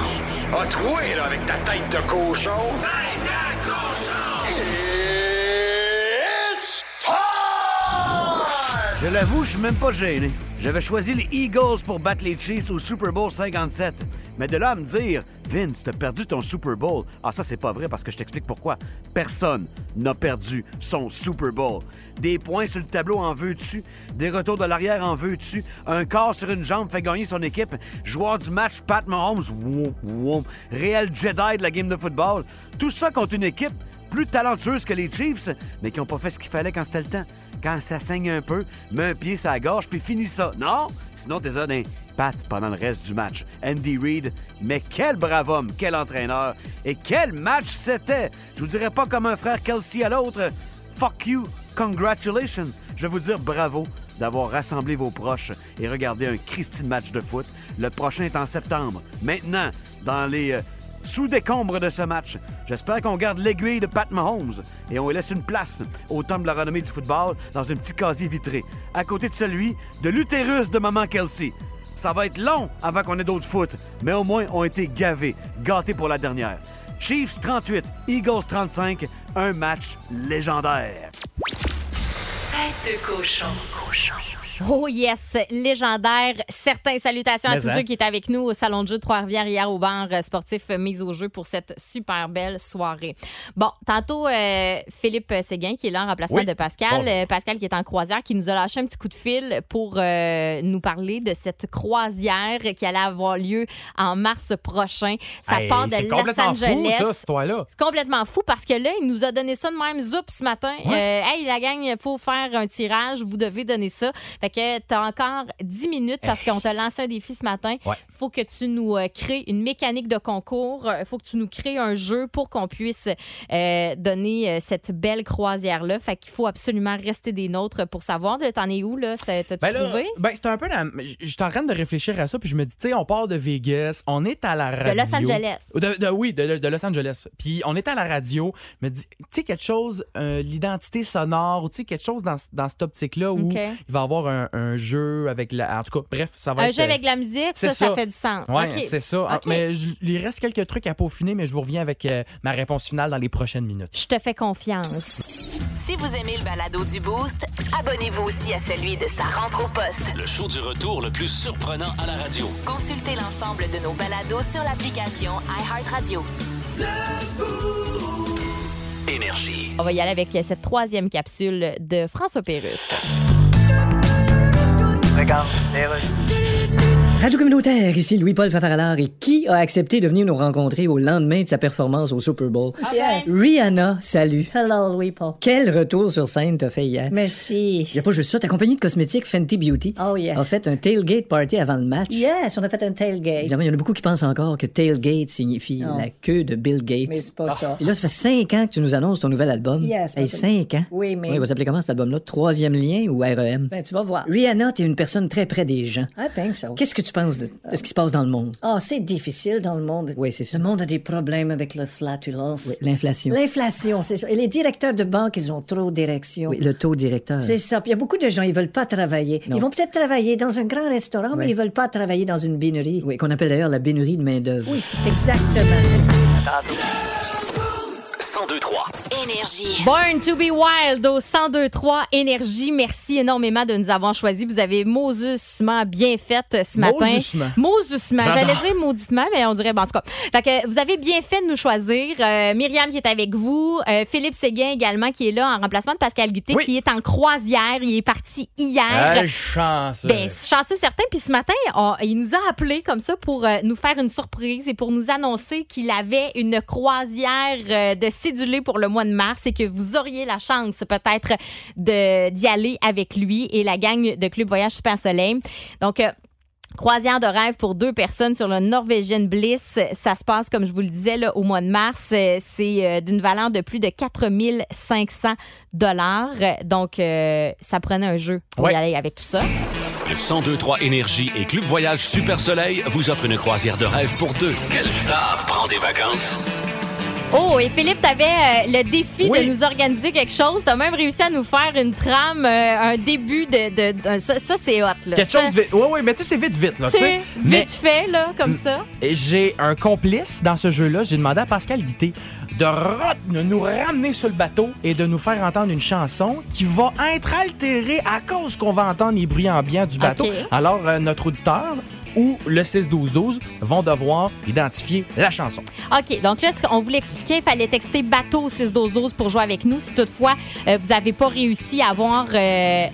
Speaker 10: A troué, là, avec ta tête de cochon. Tête de cochon! It's time!
Speaker 11: Je l'avoue, je suis même pas gêné. J'avais choisi les Eagles pour battre les Chiefs au Super Bowl 57. Mais de là à me dire, Vince, t'as perdu ton Super Bowl. Ah, ça, c'est pas vrai parce que je t'explique pourquoi. Personne n'a perdu son Super Bowl. Des points sur le tableau en veux-tu? Des retours de l'arrière en veux-tu? Un quart sur une jambe fait gagner son équipe. Joueur du match, Pat Mahomes. Woum, woum. Réel Jedi de la game de football. Tout ça contre une équipe plus talentueuses que les Chiefs, mais qui n'ont pas fait ce qu'il fallait quand c'était le temps. Quand ça saigne un peu, mets un pied sur la gorge puis finis ça. Non, sinon t'es un pat pendant le reste du match. Andy Reid, mais quel brave homme, quel entraîneur et quel match c'était. Je vous dirais pas comme un frère Kelsey à l'autre. Fuck you, congratulations. Je vais vous dire bravo d'avoir rassemblé vos proches et regardé un Christy de match de foot. Le prochain est en septembre. Maintenant, dans les euh, sous décombre de ce match. J'espère qu'on garde l'aiguille de Pat Mahomes et on lui laisse une place au temple de la renommée du football dans un petit casier vitré, à côté de celui de l'utérus de maman Kelsey. Ça va être long avant qu'on ait d'autres foot, mais au moins on a été gavés, gâtés pour la dernière. Chiefs 38, Eagles 35, un match légendaire.
Speaker 3: Tête de cochon. Cochon.
Speaker 2: Oh yes, légendaire. Certains salutations à
Speaker 4: Mais
Speaker 2: tous
Speaker 4: hein.
Speaker 2: ceux qui étaient avec nous au Salon de jeu de Trois-Rivières hier au bar euh, sportif euh, Mise au jeu pour cette super belle soirée. Bon, tantôt, euh, Philippe Séguin qui est là en remplacement
Speaker 4: Oui.
Speaker 2: de Pascal.
Speaker 4: Bonjour.
Speaker 2: Euh, Pascal qui est en croisière, qui nous a lâché un petit coup de fil pour euh, nous parler de cette croisière qui allait avoir lieu en mars prochain. Ça
Speaker 4: Hey,
Speaker 2: part de
Speaker 4: c'est
Speaker 2: Los
Speaker 4: complètement
Speaker 2: Angeles.
Speaker 4: Fou, ça, cette histoire-là.
Speaker 2: C'est complètement fou parce que là, il nous a donné ça de même zoup ce matin.
Speaker 4: Ouais.
Speaker 2: Euh, hey, la gang, il faut faire un tirage, vous devez donner ça. Fait Fait que tu as encore 10 minutes parce qu'on t'a lancé un défi ce matin.
Speaker 1: Ouais.
Speaker 2: faut que tu nous euh, crées une mécanique de concours. Il faut que tu nous crées un jeu pour qu'on puisse euh, donner euh, cette belle croisière-là. Fait qu'il faut absolument rester des nôtres pour savoir. Là, T'en es où, là? Ça- T'as-tu
Speaker 4: Ben là,
Speaker 2: trouvé?
Speaker 4: ben, c'est un peu la... j- J'étais en train de réfléchir à ça, puis je me dis, tu sais, on part de Vegas, on est à la radio.
Speaker 2: Los Angeles.
Speaker 4: De- de- oui, de, de Los Angeles. Puis on est à la radio, je me dis, tu sais, quelque chose, euh, l'identité sonore, ou tu sais, quelque chose dans, ce- dans cette optique-là où
Speaker 2: Ok.
Speaker 4: il va y avoir un, un jeu avec la... En tout cas, bref, ça va
Speaker 2: Un
Speaker 4: être...
Speaker 2: jeu
Speaker 4: euh,
Speaker 2: avec de la musique,
Speaker 4: c'est
Speaker 2: ça, ça,
Speaker 4: ça.
Speaker 2: fait du sens.
Speaker 4: Oui,
Speaker 2: OK.
Speaker 4: c'est ça. Ah,
Speaker 2: OK.
Speaker 4: Mais je- il reste quelques trucs à peaufiner, mais je vous reviens avec euh, ma réponse finale dans les prochaines minutes.
Speaker 2: Je te fais confiance.
Speaker 3: Si vous aimez le balado du Boost, abonnez-vous aussi à celui de sa rentre au poste.
Speaker 1: Le show du retour le plus surprenant à la radio.
Speaker 3: Consultez l'ensemble de nos balados sur l'application iHeartRadio.
Speaker 1: Énergie.
Speaker 2: On va y aller avec euh, cette troisième capsule de François Pérus.
Speaker 5: Radio communautaire, ici Louis-Paul Fafaralard. Et qui a accepté de venir nous rencontrer au lendemain de sa performance au Super Bowl? Rihanna, salut.
Speaker 12: Hello, Louis-Paul.
Speaker 5: Quel retour sur scène t'as fait hier?
Speaker 12: Merci.
Speaker 5: Y a pas juste ça, ta compagnie de cosmétiques Fenty Beauty
Speaker 12: Oh, yes.
Speaker 5: a fait un tailgate party avant le match.
Speaker 12: Yes, on a fait un tailgate.
Speaker 5: Évidemment, il y en a beaucoup qui pensent encore que tailgate signifie
Speaker 12: Non.
Speaker 5: la queue de Bill Gates. Ah.
Speaker 12: Mais c'est pas ça.
Speaker 5: Puis là, ça fait cinq ans que tu nous annonces ton nouvel album.
Speaker 12: Yes,
Speaker 5: Hey,
Speaker 12: mais-
Speaker 5: cinq ans.
Speaker 12: Oui, mais-
Speaker 5: Oui, il va s'appeler comment cet album-là? Troisième lien ou REM?
Speaker 12: Ben, tu vas voir. Ah,
Speaker 5: Rihanna, t'es une personne très près des gens.
Speaker 12: I think so.
Speaker 5: Qu'est-ce que tu penses de, de ce qui se passe dans le monde?
Speaker 12: Ah, c'est difficile dans le monde.
Speaker 5: Oui, c'est ça.
Speaker 12: Le monde a des problèmes avec la flatulence.
Speaker 5: Oui, l'inflation.
Speaker 12: L'inflation, c'est ça. Et les directeurs de banque, ils ont trop d'érections.
Speaker 5: Oui, le taux directeur.
Speaker 12: C'est ça. Puis il y a beaucoup de gens, ils veulent pas travailler.
Speaker 5: Non.
Speaker 12: Ils vont peut-être travailler dans un grand restaurant, mais
Speaker 5: Ouais.
Speaker 12: ils veulent pas travailler dans une binerie.
Speaker 5: Oui, qu'on appelle d'ailleurs la bénurie de main-d'œuvre.
Speaker 12: Oui, c'est exactement.
Speaker 1: 1023.
Speaker 3: Énergie.
Speaker 2: Born to be wild au 1023 Énergie. Merci énormément de nous avoir choisis. Vous avez mausussement bien fait euh, ce matin.
Speaker 4: Mausussement.
Speaker 2: Mausussement.
Speaker 4: J'adore.
Speaker 2: J'allais dire mauditement, mais on dirait, bon, en tout cas. Fait que euh, vous avez bien fait de nous choisir. Euh, Myriam qui est avec vous. euh, Philippe Séguin également qui est là en remplacement de Pascal Guité
Speaker 4: Oui.
Speaker 2: qui est en croisière. Il est parti hier.
Speaker 4: Hey, chanceux.
Speaker 2: Ben, chanceux certain. Puis ce matin, on- il nous a appelé comme ça pour euh, nous faire une surprise et pour nous annoncer qu'il avait une croisière euh, de cédulé pour le mois de mars et que vous auriez la chance peut-être de d'y aller avec lui et la gang de Club Voyage Super Soleil. Donc, euh, Croisière de rêve pour deux personnes sur le Norwegian Bliss. Ça se passe, comme je vous le disais, là, au mois de mars. Euh, C'est euh, d'une valeur de plus de 4500 dollars. Donc, euh, ça prenait un jeu pour
Speaker 1: Ouais.
Speaker 2: y aller avec tout ça.
Speaker 1: Le 1023 Énergie et Club Voyage Super Soleil vous offrent une croisière de rêve pour deux. Quelle star prend des vacances?
Speaker 2: Oh, et Philippe, t'avais euh, le défi
Speaker 1: Oui.
Speaker 2: de nous organiser quelque chose. T'as même réussi à nous faire une trame, euh, un début de... de- d'un- ça, ça, c'est hot, là.
Speaker 4: Quelque
Speaker 2: Ça,
Speaker 4: chose vite. Ouais, ouais, mais tu sais, c'est vite, vite, là,
Speaker 2: tu
Speaker 4: tu
Speaker 2: sais,
Speaker 4: sais.
Speaker 2: vite
Speaker 4: Mais-
Speaker 2: fait, là, comme
Speaker 4: Mm.
Speaker 2: ça.
Speaker 4: Et J'ai un complice dans ce jeu-là. J'ai demandé à Pascal Guité de, ra- de nous ramener sur le bateau et de nous faire entendre une chanson qui va être altérée à cause qu'on va entendre les bruits ambiants du bateau.
Speaker 13: Ok.
Speaker 4: Alors, euh, notre auditeur ou le 6-12-12 vont devoir identifier la chanson.
Speaker 2: OK, donc là, ce qu'on vous l'expliquait, il fallait texter bateau 61212 pour jouer avec nous. Si toutefois, euh, vous n'avez pas réussi à avoir... euh,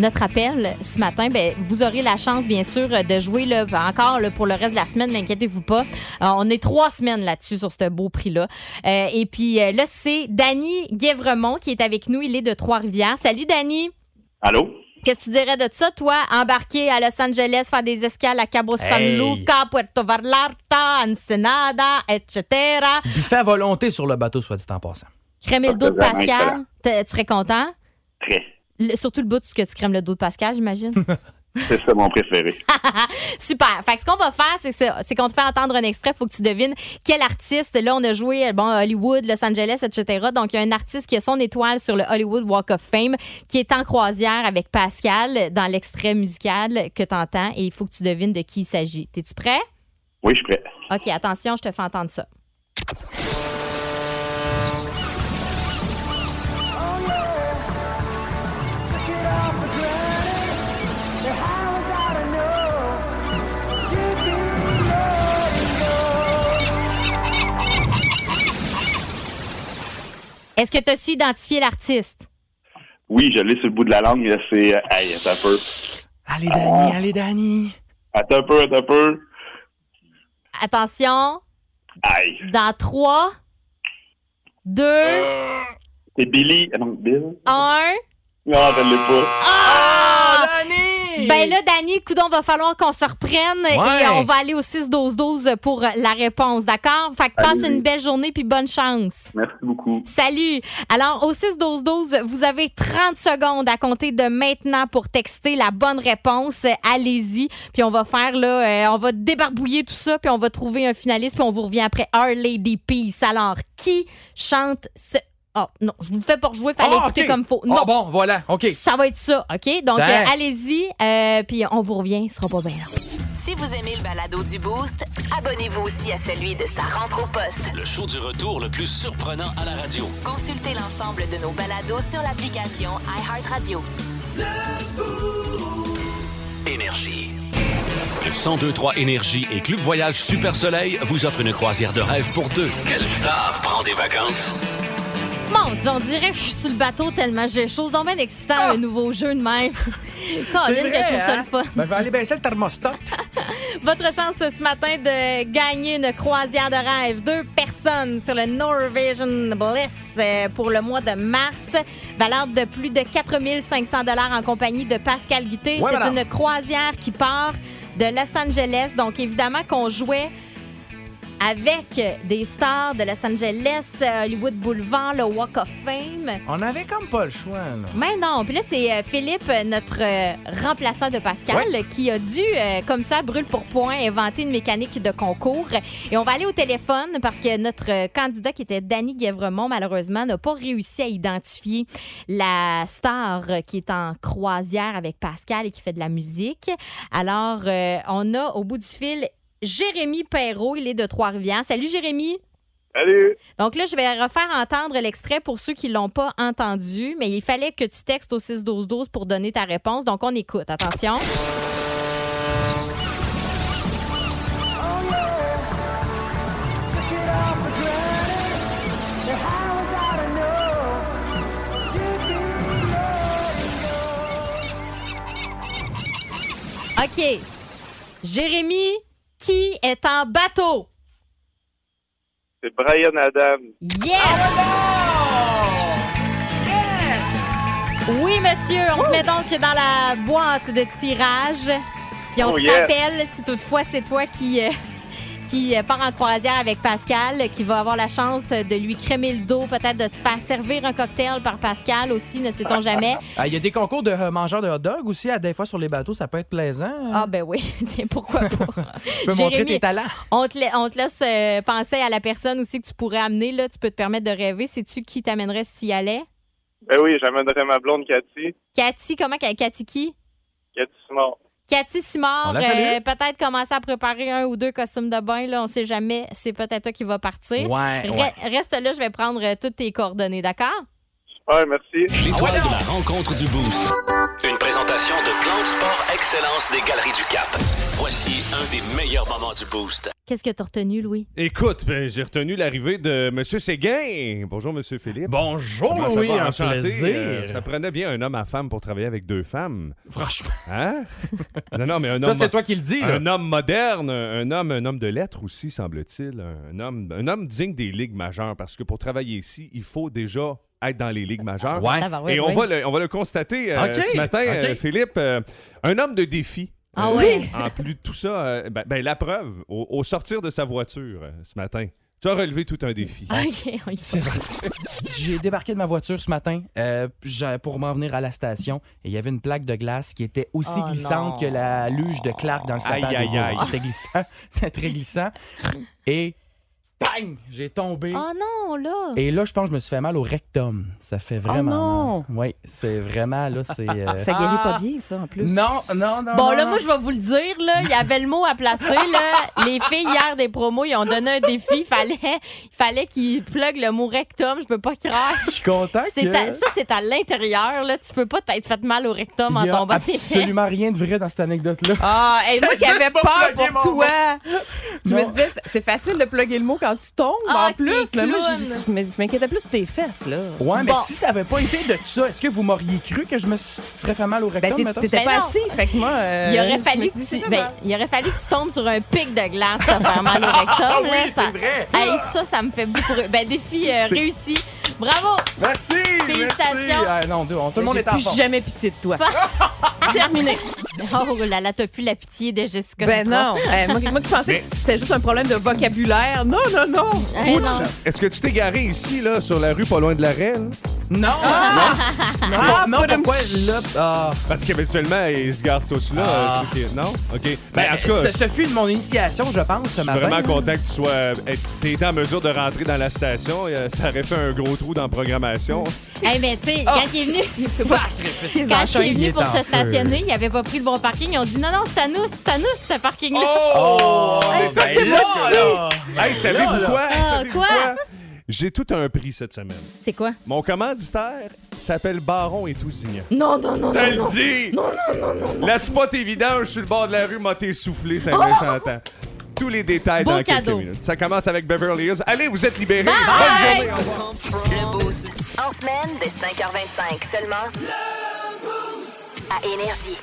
Speaker 2: notre appel ce matin, ben, vous aurez la chance, bien sûr, euh, de jouer là, encore là, pour le reste de la semaine. N'inquiétez-vous pas. Euh, on est trois semaines là-dessus sur ce beau prix-là. Euh, et puis euh, là, c'est Danny Guévremont qui est avec nous. Il est de Trois-Rivières. Salut, Danny.
Speaker 14: Allô?
Speaker 2: Qu'est-ce que tu dirais de ça, toi? Embarquer à Los Angeles, faire des escales à Cabo San
Speaker 4: Hey!
Speaker 2: Luca, Puerto Vallarta, Ensenada, etc.
Speaker 4: Buffet à volonté sur le bateau, soit dit en passant.
Speaker 2: Crème le dos de
Speaker 4: vraiment
Speaker 2: Pascal.
Speaker 4: excellent.
Speaker 2: t'es- Tu serais content?
Speaker 14: Très.
Speaker 2: Le- surtout le bout de ce que tu crèmes le dos de Pascal, j'imagine.
Speaker 14: C'est ça mon préféré.
Speaker 2: Super. Fait que ce qu'on va faire, c'est, que c'est- c'est qu'on te fait entendre un extrait. Faut que tu devines quel artiste. Là, on a joué euh, bon, à Hollywood, Los Angeles, etc. Donc, il y a un artiste qui a son étoile sur le Hollywood Walk of Fame qui est en croisière avec Pascal dans l'extrait musical que tu entends et il faut que tu devines de qui il s'agit. Es-tu prêt?
Speaker 14: Oui, je suis prêt.
Speaker 2: OK, attention, je te fais entendre ça. Est-ce que tu as su identifier l'artiste?
Speaker 14: Oui, je l'ai sur le bout de la langue. là, C'est. euh, Hey, attends un peu.
Speaker 4: Allez, Danny, allez, Danny.
Speaker 14: Attends un peu, attends un peu.
Speaker 2: Attention,
Speaker 14: Aïe.
Speaker 2: dans 3, 2,
Speaker 14: C'est Billy. Ah euh, non, Bill.
Speaker 2: 1.
Speaker 14: Non, je l'ai pas.
Speaker 2: Ah!
Speaker 4: Danny!
Speaker 2: Ben là, Danny, coudon, va falloir qu'on se reprenne
Speaker 13: Ouais.
Speaker 2: et on va aller au 6-12-12 pour la réponse, d'accord? Fait que passe
Speaker 13: Salut.
Speaker 2: une belle journée puis bonne chance.
Speaker 14: Merci beaucoup.
Speaker 2: Salut! Alors, au 6-12-12, vous avez 30 secondes à compter de maintenant pour texter la bonne réponse. Euh, Allez-y. Puis on va faire, là, euh, on va débarbouiller tout ça, puis on va trouver un finaliste, puis on vous revient après Our Lady Peace. Alors, qui chante ce. Oh non, je vous fais pas jouer, fallait
Speaker 4: Ah,
Speaker 2: écouter
Speaker 4: OK.
Speaker 2: comme faut.
Speaker 4: Ah,
Speaker 2: Non.
Speaker 4: bon, voilà, OK.
Speaker 2: Ça va être ça, OK? Donc,
Speaker 4: Ben.
Speaker 2: euh, allez-y, euh, puis on vous revient, ce sera pas bien long.
Speaker 3: Si vous aimez le balado du Boost, abonnez-vous aussi à celui de sa rentre au poste.
Speaker 1: Le show du retour le plus surprenant à la radio.
Speaker 3: Consultez l'ensemble de nos balados sur l'application iHeartRadio.
Speaker 1: Énergie. Le 1023 Énergie et Club Voyage Super Soleil vous offrent une croisière de rêve pour deux. Quelle star prend des vacances?
Speaker 2: Mon Dieu, on dirait que je suis sur le bateau tellement j'ai chose donc bien excitant, un nouveau jeu de même.
Speaker 4: Ah! C'est
Speaker 2: Colin,
Speaker 4: vrai,
Speaker 2: que je trouve ça
Speaker 4: hein?
Speaker 2: le fun.
Speaker 4: Ben, je vais aller baisser le thermostat.
Speaker 2: Votre chance ce matin de gagner une croisière de rêve. Deux personnes sur le Norwegian Bliss euh, pour le mois de mars. Valeur de plus de 4500 dollars en compagnie de Pascal Guité.
Speaker 13: Ouais,
Speaker 2: C'est
Speaker 13: madame.
Speaker 2: une croisière qui part de Los Angeles. Donc, évidemment qu'on jouait avec des stars de Los Angeles, euh, Hollywood Boulevard, le Walk of Fame.
Speaker 4: On avait comme pas le choix, là.
Speaker 2: Mais non. Puis là, c'est euh, Philippe, euh, notre euh, remplaçant de Pascal, qui a dû, euh, comme ça, brûle pour point, inventer une mécanique de concours. Et on va aller au téléphone parce que notre euh, candidat, qui était Danny Guévremont, malheureusement, n'a pas réussi à identifier la star euh, qui est en croisière avec Pascal et qui fait de la musique. Alors, euh, on a au bout du fil Jérémy Perrault. Il est de Trois-Rivières. Salut, Jérémy.
Speaker 15: Salut!
Speaker 2: Donc là, je vais refaire entendre l'extrait pour ceux qui ne l'ont pas entendu, mais il fallait que tu textes au 6-12-12 pour donner ta réponse. Donc, on écoute. Attention. OK. Jérémy, qui est en bateau?
Speaker 8: C'est Brian Adam.
Speaker 2: Yes! Oui, monsieur, on te met donc dans la boîte de tirage. Puis on
Speaker 13: Oh,
Speaker 2: te
Speaker 13: yeah.
Speaker 2: rappelle, si toutefois c'est toi qui, euh, qui euh, part en croisière avec Pascal, qui va avoir la chance de lui crémer le dos, peut-être de te faire servir un cocktail par Pascal aussi, ne sait-on jamais.
Speaker 4: Ah, Il y a des concours de euh, mangeurs de hot dog aussi, à des fois sur les bateaux, ça peut être plaisant.
Speaker 2: Ah ben oui, tiens, pourquoi pas.
Speaker 4: Tu peux montrer tes talents.
Speaker 2: On te, la- on te laisse euh, penser à la personne aussi que tu pourrais amener. Là. Tu peux te permettre de rêver. Sais-tu qui t'amènerait si tu y allais?
Speaker 15: Ben oui, j'amènerai ma blonde Cathy.
Speaker 2: Cathy, comment? qu'elle- Cathy qui?
Speaker 15: Cathy Simon.
Speaker 2: Cathy
Speaker 15: On
Speaker 2: Simard,
Speaker 15: la salue.
Speaker 2: euh, peut-être commencer à préparer un ou deux costumes de bain. Là, on sait jamais. C'est peut-être toi qui va partir.
Speaker 15: Ouais,
Speaker 2: Re-
Speaker 15: ouais.
Speaker 2: Reste là, je vais prendre euh, toutes tes coordonnées, d'accord?
Speaker 15: Ouais, merci.
Speaker 1: L'étoile de la rencontre du Boost. Une présentation de Plan de Sport Excellence des Galeries du Cap. Voici un des meilleurs moments du Boost.
Speaker 2: Qu'est-ce que t'as retenu, Louis?
Speaker 16: Écoute, ben, j'ai retenu l'arrivée de M. Séguin. Bonjour, M. Philippe.
Speaker 4: Bonjour,
Speaker 16: Comment ça
Speaker 4: oui,
Speaker 16: va?
Speaker 4: un
Speaker 16: Enchanté.
Speaker 4: plaisir.
Speaker 16: Euh, ça prenait bien un homme à femme pour travailler avec deux femmes. Franchement. Hein? Non, non, mais un homme.
Speaker 4: Ça, c'est
Speaker 16: mo-
Speaker 4: toi qui le dis, là.
Speaker 16: Un homme moderne, un homme, un homme de lettres aussi, semble-t-il. Un homme, un homme digne des ligues majeures, parce que pour travailler ici, il faut déjà être dans les ligues majeures.
Speaker 2: Ah,
Speaker 4: Ouais.
Speaker 2: bah
Speaker 4: Tabarouette,
Speaker 16: Et on,
Speaker 4: oui.
Speaker 16: va le, on va le constater euh,
Speaker 4: Ok,
Speaker 16: ce matin,
Speaker 4: ok.
Speaker 16: euh, Philippe. euh, un homme de défi.
Speaker 2: Ah
Speaker 16: Euh,
Speaker 2: ouais?
Speaker 16: En plus de tout ça, euh, ben, ben, la preuve, au, au sortir de sa voiture euh, ce matin, tu as relevé tout un défi.
Speaker 2: OK, on y va.
Speaker 4: J'ai débarqué de ma voiture ce matin euh, j'ai- pour m'en venir à la station et il y avait une plaque de glace qui était aussi
Speaker 2: Ah,
Speaker 1: Oh
Speaker 4: glissante
Speaker 1: non.
Speaker 4: que la luge de Clark dans le sapin.
Speaker 16: Aïe,
Speaker 4: des
Speaker 16: aïe,
Speaker 4: Bourbons.
Speaker 16: aïe.
Speaker 4: C'était glissant, c'était très glissant. Et bang, j'ai tombé.
Speaker 2: Oh non, là!
Speaker 4: Et là, je pense que je me suis fait mal au rectum. Ça fait vraiment. Oui, c'est vraiment là, c'est. euh,
Speaker 7: Oh Ça guérit pas bien, ça, en plus.
Speaker 4: Non, non, non.
Speaker 2: Bon,
Speaker 4: non,
Speaker 2: là,
Speaker 4: non.
Speaker 2: moi, je vais vous le dire, là, il y avait le mot à placer, là. Les filles, hier, des promos, ils ont donné un défi. Il fallait, il fallait qu'ils pluguent le mot rectum. Je peux pas croire.
Speaker 4: Je suis content
Speaker 2: C'est
Speaker 4: que-
Speaker 2: à- ça, c'est à l'intérieur, là. Tu peux pas t'être fait mal au rectum en
Speaker 4: Il y a
Speaker 2: tombant.
Speaker 4: absolument rien de vrai dans cette anecdote-là.
Speaker 7: Ah, hey, moi qui avais peur
Speaker 4: plugger
Speaker 7: pour
Speaker 4: mon
Speaker 7: toi. Je me
Speaker 4: Non.
Speaker 7: disais, c'est- c'est facile de plugger le mot quand tu tombes.
Speaker 2: Ah,
Speaker 7: en
Speaker 2: tu es
Speaker 7: plus, là, moi,
Speaker 2: clown.
Speaker 7: je- je, m'in- je m'inquiétais plus pour tes fesses, là.
Speaker 4: Ouais, mais
Speaker 7: Bon.
Speaker 4: si ça avait pas été de ça, est-ce que vous m'auriez cru que je me serais fait mal au rectum?
Speaker 7: Ben, t'es-
Speaker 4: mettons?
Speaker 7: t'étais pas assis, fait que moi. euh,
Speaker 2: Il aurait,
Speaker 7: je
Speaker 2: fallu
Speaker 7: me
Speaker 2: que
Speaker 7: suis dit, c'est
Speaker 2: tu,
Speaker 7: pas
Speaker 2: ben,
Speaker 7: mal.
Speaker 2: il aurait fallu que tu tombes sur un pic de glace pour faire mal au rectum.
Speaker 7: Ah oui,
Speaker 2: là,
Speaker 7: c'est
Speaker 2: ça,
Speaker 7: vrai.
Speaker 2: Hey, ça, ça me fait beaucoup. rire. Ben, défi euh,
Speaker 7: C'est-
Speaker 2: réussi. Bravo!
Speaker 4: Merci!
Speaker 2: Félicitations.
Speaker 4: merci. Ah, non, deux, on-
Speaker 7: Ben,
Speaker 4: tout le monde
Speaker 2: J'ai
Speaker 4: est en
Speaker 2: plus
Speaker 4: forme.
Speaker 2: jamais
Speaker 7: pitié de toi.
Speaker 2: Terminé. Oh là là, t'as plus la pitié de Jessica.
Speaker 7: Ben
Speaker 2: Dutrois.
Speaker 7: non. Eh, moi, moi qui pensais que c'était juste un problème de vocabulaire. Non, non, non.
Speaker 16: Ah,
Speaker 2: Eh non.
Speaker 16: Est-ce que tu t'es garé ici, là, sur la rue pas loin de l'arrêt? là?
Speaker 4: Non! Non,
Speaker 16: Ah,
Speaker 4: non,
Speaker 16: pas de
Speaker 4: pourquoi
Speaker 16: petit-
Speaker 4: là? Ah.
Speaker 16: Parce qu'éventuellement, ils se gardent tous là. euh,
Speaker 4: Ah.
Speaker 16: c'est que- Non? OK. Ben, en tout cas,
Speaker 4: ce, ce fut mon initiation, je pense, ce
Speaker 16: je suis
Speaker 4: matin.
Speaker 16: vraiment content que tu sois. euh, être- T'es été en mesure de rentrer dans la station. Euh, Ça aurait fait un gros trou dans la programmation.
Speaker 2: Eh ben, tu sais,
Speaker 7: Oh,
Speaker 2: quand il est venu,
Speaker 7: sacrifice.
Speaker 2: quand
Speaker 16: Enchaîne,
Speaker 2: il est
Speaker 16: il est
Speaker 2: venu pour
Speaker 16: en
Speaker 2: se
Speaker 16: feu.
Speaker 2: stationner, il avait pas pris le bon parking. Ils ont dit non, non, c'est à nous, c'est à nous, ce parking-là.
Speaker 16: Oh!
Speaker 2: Hey,
Speaker 16: Ben
Speaker 2: sortez-moi
Speaker 16: là,
Speaker 2: d'ici.
Speaker 16: là! Hey, savez-vous
Speaker 2: Là,
Speaker 16: quoi?
Speaker 2: là. Ah,
Speaker 16: Savez-vous
Speaker 2: quoi?
Speaker 16: J'ai tout un prix cette semaine.
Speaker 2: C'est quoi?
Speaker 16: Mon commanditaire s'appelle Baron et Tousignan.
Speaker 2: Non, non, non,
Speaker 16: T'as
Speaker 2: non,
Speaker 16: le
Speaker 2: non.
Speaker 16: dit!
Speaker 2: Non, non, non, Oh! non, non.
Speaker 16: La spot évidence sur le bord de la rue m'a été soufflé, ça m'a chantant. Tous les détails
Speaker 3: Beau
Speaker 16: dans
Speaker 3: cadeau.
Speaker 16: quelques minutes. Ça commence avec Beverly Hills. Allez, vous êtes libérés! Bonne journée!
Speaker 3: Bye! Le Boost. En semaine, dès 5h25 seulement. À Énergie.